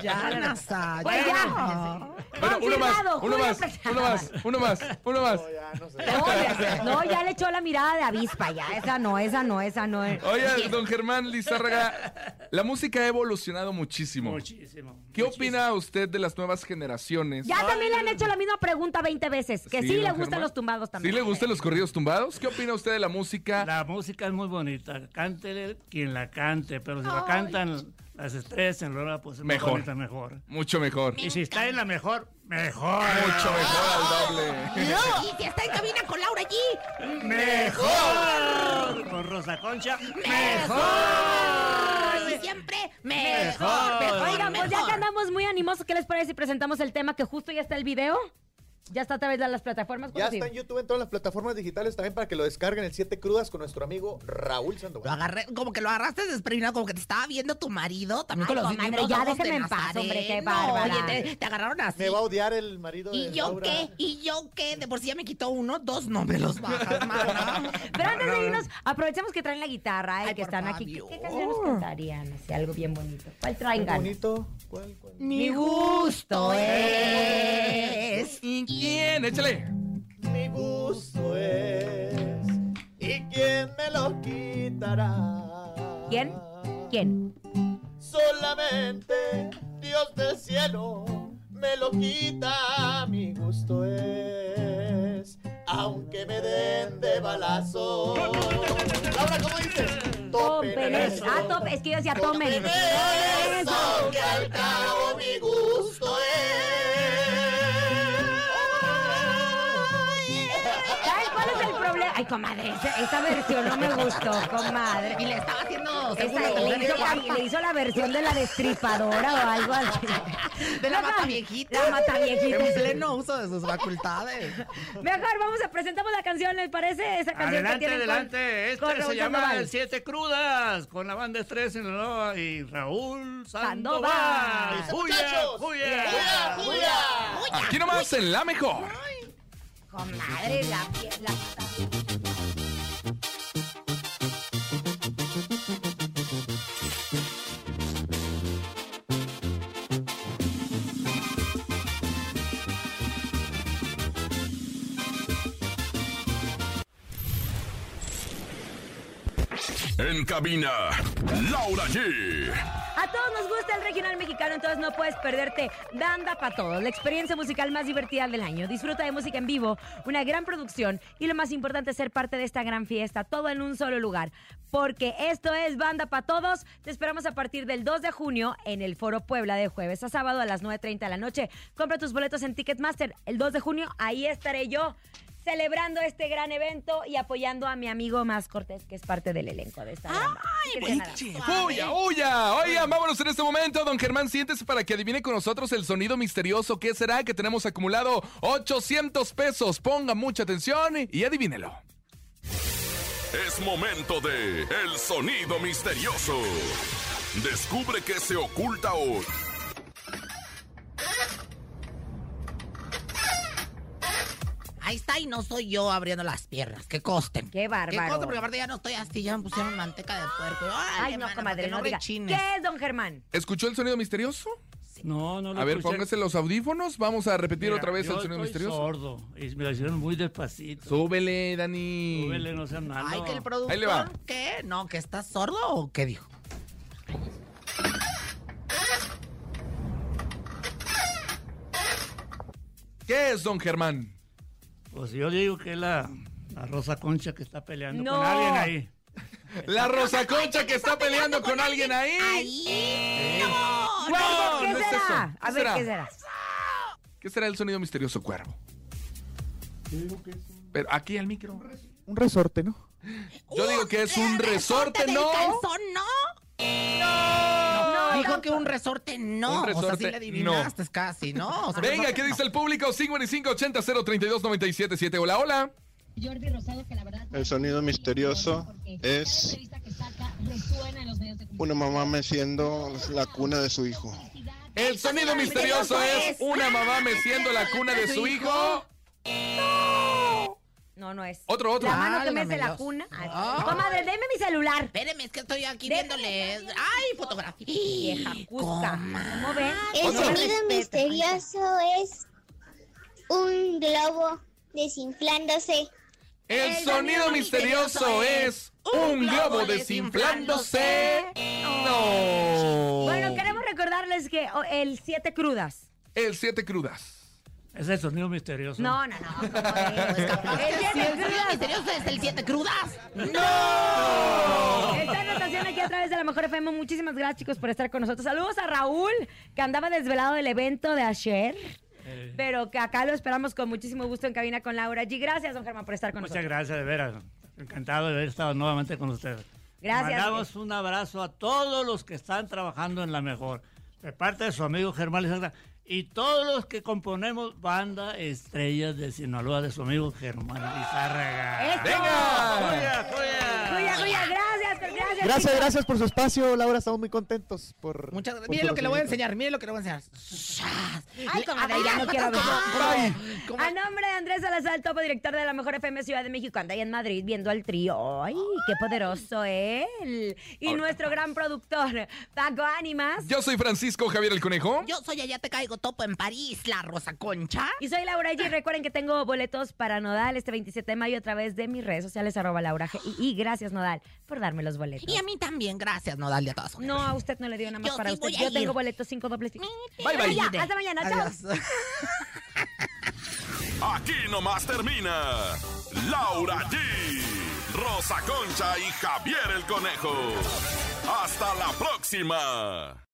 Speaker 3: Ya, Nasa,
Speaker 2: Pues ya.
Speaker 4: Bueno, uno más,
Speaker 2: Confirmado,
Speaker 4: uno
Speaker 2: Julio
Speaker 4: más,
Speaker 2: Preciado.
Speaker 4: uno más, uno más, uno más.
Speaker 2: No, ya le echó la mirada de avispa, ya. Esa no, esa no, esa no.
Speaker 4: Oye, don Germán Lizárraga, la música ha evolucionado muchísimo.
Speaker 14: Muchísimo.
Speaker 4: ¿Qué opina usted de las nuevas generaciones?
Speaker 2: Ya también le han hecho la misma pregunta 20 veces, que sí,
Speaker 4: Sí,
Speaker 2: le
Speaker 4: don
Speaker 2: gustan
Speaker 4: Germán.
Speaker 2: los tumbados
Speaker 4: ¿Sí
Speaker 2: también.
Speaker 4: le gustan los corridos tumbados? ¿Qué opina usted de la música?
Speaker 14: La música es muy bonita. Cántele quien la cante, pero si la cantan las estrellas en Lola, pues es
Speaker 4: Mejor.
Speaker 14: mejor. Bonita, mejor.
Speaker 4: Mucho mejor.
Speaker 14: Y si está en la mejor, mejor.
Speaker 4: Mucho mejor al doble.
Speaker 3: Y si está en cabina con Laura allí.
Speaker 14: ¡Mejor! Con Rosa Concha, ¡mejor!
Speaker 3: Y siempre mejor.
Speaker 14: Mejor.
Speaker 3: mejor,
Speaker 2: Oigan, pues ya
Speaker 3: mejor.
Speaker 2: que andamos muy animosos, ¿qué les parece si presentamos el tema que justo ya está el video? Ya está a través de las plataformas.
Speaker 15: Ya
Speaker 2: ¿cómo
Speaker 15: está
Speaker 2: sigue?
Speaker 15: en YouTube, en todas las plataformas digitales también para que lo descarguen el 7 crudas con nuestro amigo Raúl Sandoval.
Speaker 3: Lo
Speaker 2: Ah,
Speaker 3: agarré, como que lo agarraste desprevenido, como que te estaba viendo tu marido. También
Speaker 2: Ay,
Speaker 3: con los
Speaker 2: comadre,
Speaker 3: mismos
Speaker 2: ya
Speaker 3: ojos de
Speaker 2: déjenme en paz,
Speaker 3: Nazareno.
Speaker 2: hombre, qué bárbara.
Speaker 3: Oye, te, te agarraron así.
Speaker 15: Me va a odiar el marido de
Speaker 3: ¿Y yo
Speaker 15: Laura.
Speaker 3: qué? ¿Y yo qué? De por sí ya me quitó uno, dos no me los bajas, mana.
Speaker 2: Pero antes de irnos, aprovechemos que traen la guitarra y que
Speaker 3: por
Speaker 2: están aquí. ¿Qué, qué canción nos cantarían? Así, algo bien bonito. ¿Cuál traen ganas?
Speaker 15: bonito? ¿Cuál, cuál?
Speaker 2: Mi gusto
Speaker 3: es.
Speaker 4: ¿Quién? Échale.
Speaker 15: Mi gusto es. ¿Y quién me lo quitará?
Speaker 2: ¿Quién? ¿Quién?
Speaker 15: Solamente Dios del cielo me lo quita. Mi gusto es. Aunque me den de balazo. Laura, ¿cómo dices?
Speaker 2: Tomen eso. Ah, top, es que yo decía tomen.
Speaker 15: Tomen eso, que al cabo mi gusto
Speaker 2: ¿Saben cuál es el problema? Ay, comadre, esa, esa versión no me gustó, comadre.
Speaker 3: Y le estaba haciendo
Speaker 2: Esa-
Speaker 3: seguro,
Speaker 2: le, hizo
Speaker 3: ¿verdad?
Speaker 2: la, le hizo la versión de la destripadora o algo así.
Speaker 3: De la
Speaker 2: No, no,
Speaker 3: mata viejita.
Speaker 2: La mata viejita. pues
Speaker 3: En pleno uso de sus facultades.
Speaker 2: Mejor, vamos a presentamos la canción, ¿les parece? Esa canción que
Speaker 14: Adelante,
Speaker 2: tienen con-
Speaker 14: adelante.
Speaker 2: con
Speaker 14: Este se
Speaker 2: Raúl
Speaker 14: llama
Speaker 2: Sandoval.
Speaker 14: El Siete Crudas con la banda Estrés en Loa y Raúl
Speaker 2: Sandoval.
Speaker 14: Sandoval.
Speaker 2: Ese
Speaker 14: ¡Fuya,
Speaker 15: muchachos.
Speaker 2: eh.
Speaker 14: fuya!
Speaker 15: ¡Fuya, fuya!
Speaker 4: Aquí nomás en la mejor.
Speaker 2: Comadre, la pie- la-
Speaker 1: En cabina, Laura G.
Speaker 2: A todos nos gusta el regional mexicano, entonces no puedes perderte Banda para Todos, la experiencia musical más divertida del año. Disfruta de música en vivo, una gran producción y lo más importante es ser parte de esta gran fiesta, todo en un solo lugar. Porque esto es Banda para Todos. Te esperamos a partir del 2 de junio en el Foro Puebla de jueves a sábado a las 9.30 de la noche. Compra tus boletos en Ticketmaster. El 2 de junio ahí estaré yo celebrando este gran evento y apoyando a mi amigo Más Cortés, que es parte del elenco de esta banda. Así que nada.
Speaker 4: ¡Huya, huya! Oigan, vámonos en este momento, don Germán, siéntese para que adivine con nosotros el sonido misterioso. ¿Qué será que tenemos acumulado? 800 pesos. Ponga mucha atención y adivínelo.
Speaker 1: Es momento de El sonido misterioso. Descubre qué se oculta hoy.
Speaker 3: Ahí está y no soy yo abriendo las piernas. Que costen.
Speaker 2: Qué
Speaker 3: Que costen porque
Speaker 2: bárbaro.
Speaker 3: aparte ya no estoy así, ya me pusieron manteca de puerco. Ay,
Speaker 2: Ay,
Speaker 3: hermana,
Speaker 2: no,
Speaker 3: para
Speaker 2: comadre,
Speaker 3: que
Speaker 2: no diga.
Speaker 3: rechines.
Speaker 2: ¿Qué es, don Germán?
Speaker 4: ¿Escuchó el sonido misterioso?
Speaker 14: No, no lo
Speaker 4: A ver,
Speaker 14: escuché.
Speaker 4: póngase los audífonos. Vamos a repetir
Speaker 14: Mira,
Speaker 4: otra vez
Speaker 14: yo
Speaker 4: el sonido
Speaker 14: estoy
Speaker 4: misterioso.
Speaker 14: sordo y me lo hicieron muy despacito.
Speaker 4: Súbele, Dani.
Speaker 14: Súbele, no sean malos.
Speaker 3: Ay, que el productor.
Speaker 4: Ahí le va.
Speaker 3: ¿Qué? No, que estás sordo o qué dijo.
Speaker 4: ¿Qué es, don Germán?
Speaker 14: Pues yo digo que es la, la Rosa Concha que está peleando
Speaker 2: No.
Speaker 14: con alguien ahí.
Speaker 4: La Rosa Concha que está peleando con alguien ahí.
Speaker 3: Ahí.
Speaker 4: ¡Guau!
Speaker 2: ¿Qué
Speaker 4: No es
Speaker 2: será?
Speaker 4: eso.
Speaker 2: A ver, ¿qué será?
Speaker 4: ¿Qué será el sonido misterioso, cuervo? Pero aquí al micro.
Speaker 15: Un resorte, ¿no?
Speaker 4: Yo digo que es un
Speaker 3: El
Speaker 4: resorte,
Speaker 3: del
Speaker 4: ¿no?
Speaker 3: calzón, no.
Speaker 2: No,
Speaker 3: Dijo que un resorte no.
Speaker 4: Un
Speaker 3: o sea, sí
Speaker 4: resorte,
Speaker 3: le adivinaste casi, ¿no. O sea,
Speaker 4: Venga,
Speaker 3: resorte,
Speaker 4: ¿qué
Speaker 3: no.
Speaker 4: dice el público? 5580-032-977. Hola, hola.
Speaker 16: Jordi Rosado, que la verdad
Speaker 17: El sonido misterioso es
Speaker 16: que saca resuena en los medios de
Speaker 17: una mamá meciendo la cuna de su hijo.
Speaker 4: El sonido misterioso es una mamá meciendo la cuna de su hijo.
Speaker 2: No, no es.
Speaker 4: Otro, otro.
Speaker 2: La mano que me
Speaker 3: Válgame
Speaker 2: hace la
Speaker 3: Dios.
Speaker 2: cuna. Ay,
Speaker 3: Ay.
Speaker 2: Comadre, deme mi celular.
Speaker 3: Espérame, es que estoy aquí
Speaker 2: Déjame
Speaker 3: viéndole. Ay, fotografía.
Speaker 2: Vieja cusca. ¿Cómo ven?
Speaker 18: El
Speaker 4: Otro.
Speaker 18: sonido misterioso es un globo desinflándose.
Speaker 4: El sonido misterioso es un globo desinflándose. No.
Speaker 2: Bueno, queremos recordarles que oh, el 7 crudas.
Speaker 4: El siete crudas.
Speaker 14: Es el sonido misterioso.
Speaker 2: No, no, no. ¿cómo ven? El
Speaker 3: Sí,
Speaker 2: siete
Speaker 3: el sonido
Speaker 2: crudas.
Speaker 3: misterioso es el siete crudas.
Speaker 2: Está en rotación aquí a través de la Mejor FM. Muchísimas gracias, chicos, por estar con nosotros. Saludos a Raúl, que andaba desvelado del evento de ayer.
Speaker 14: Eh,
Speaker 2: Pero que acá lo esperamos con muchísimo gusto en cabina con Laura G. Gracias, don Germán, por estar con
Speaker 14: muchas
Speaker 2: nosotros.
Speaker 14: gracias, de veras. Encantado de haber estado nuevamente con ustedes.
Speaker 2: Gracias. eh.
Speaker 14: Mandamos un abrazo a todos los que están trabajando en la mejor. De parte de su amigo Germán Lizarra Y todos los que componemos Banda Estrellas de Sinaloa de su amigo Germán Lizárraga.
Speaker 2: ¡Eso! ¡Venga! Cuya, cuya, gracias, pero gracias.
Speaker 19: Gracias,
Speaker 2: chicos.
Speaker 19: gracias por su espacio, Laura. Estamos muy contentos por.
Speaker 3: Muchas gracias.
Speaker 19: por
Speaker 3: Miren
Speaker 19: su
Speaker 3: lo que le voy a
Speaker 19: recibimiento.
Speaker 3: enseñar, miren lo que le voy a enseñar. ¡Sas!
Speaker 2: Ay, comadre, ya no quiero ver.
Speaker 3: Ay,
Speaker 2: A nombre de Andrés Salazar, topo director de la mejor FM Ciudad de México, anda ahí en Madrid viendo al trío. ¡Ay, qué poderoso él! Y nuestro gran productor, Paco Ánimas.
Speaker 4: Yo soy Francisco Javier el Conejo.
Speaker 3: Yo soy allá te caigo topo en París, la Rosa Concha.
Speaker 2: Y soy Laura G. Recuerden que tengo boletos para Nodal este 27 de mayo a través de mis redes sociales, arroba Laura G. Y, y gracias, Nodal, por darme los boletos.
Speaker 3: Y a mí también, gracias, no darle a todas.
Speaker 2: No, a usted no le dio nada más
Speaker 3: Yo
Speaker 2: para
Speaker 3: sí
Speaker 2: usted.
Speaker 3: voy a
Speaker 2: Yo
Speaker 3: ir.
Speaker 2: tengo boletos cinco dobles. tickets.
Speaker 4: Bye, bye.
Speaker 2: Ya, Hasta mañana, chao.
Speaker 3: Adiós.
Speaker 1: Aquí nomás termina Laura G, Rosa Concha y Javier el Conejo. Hasta la próxima.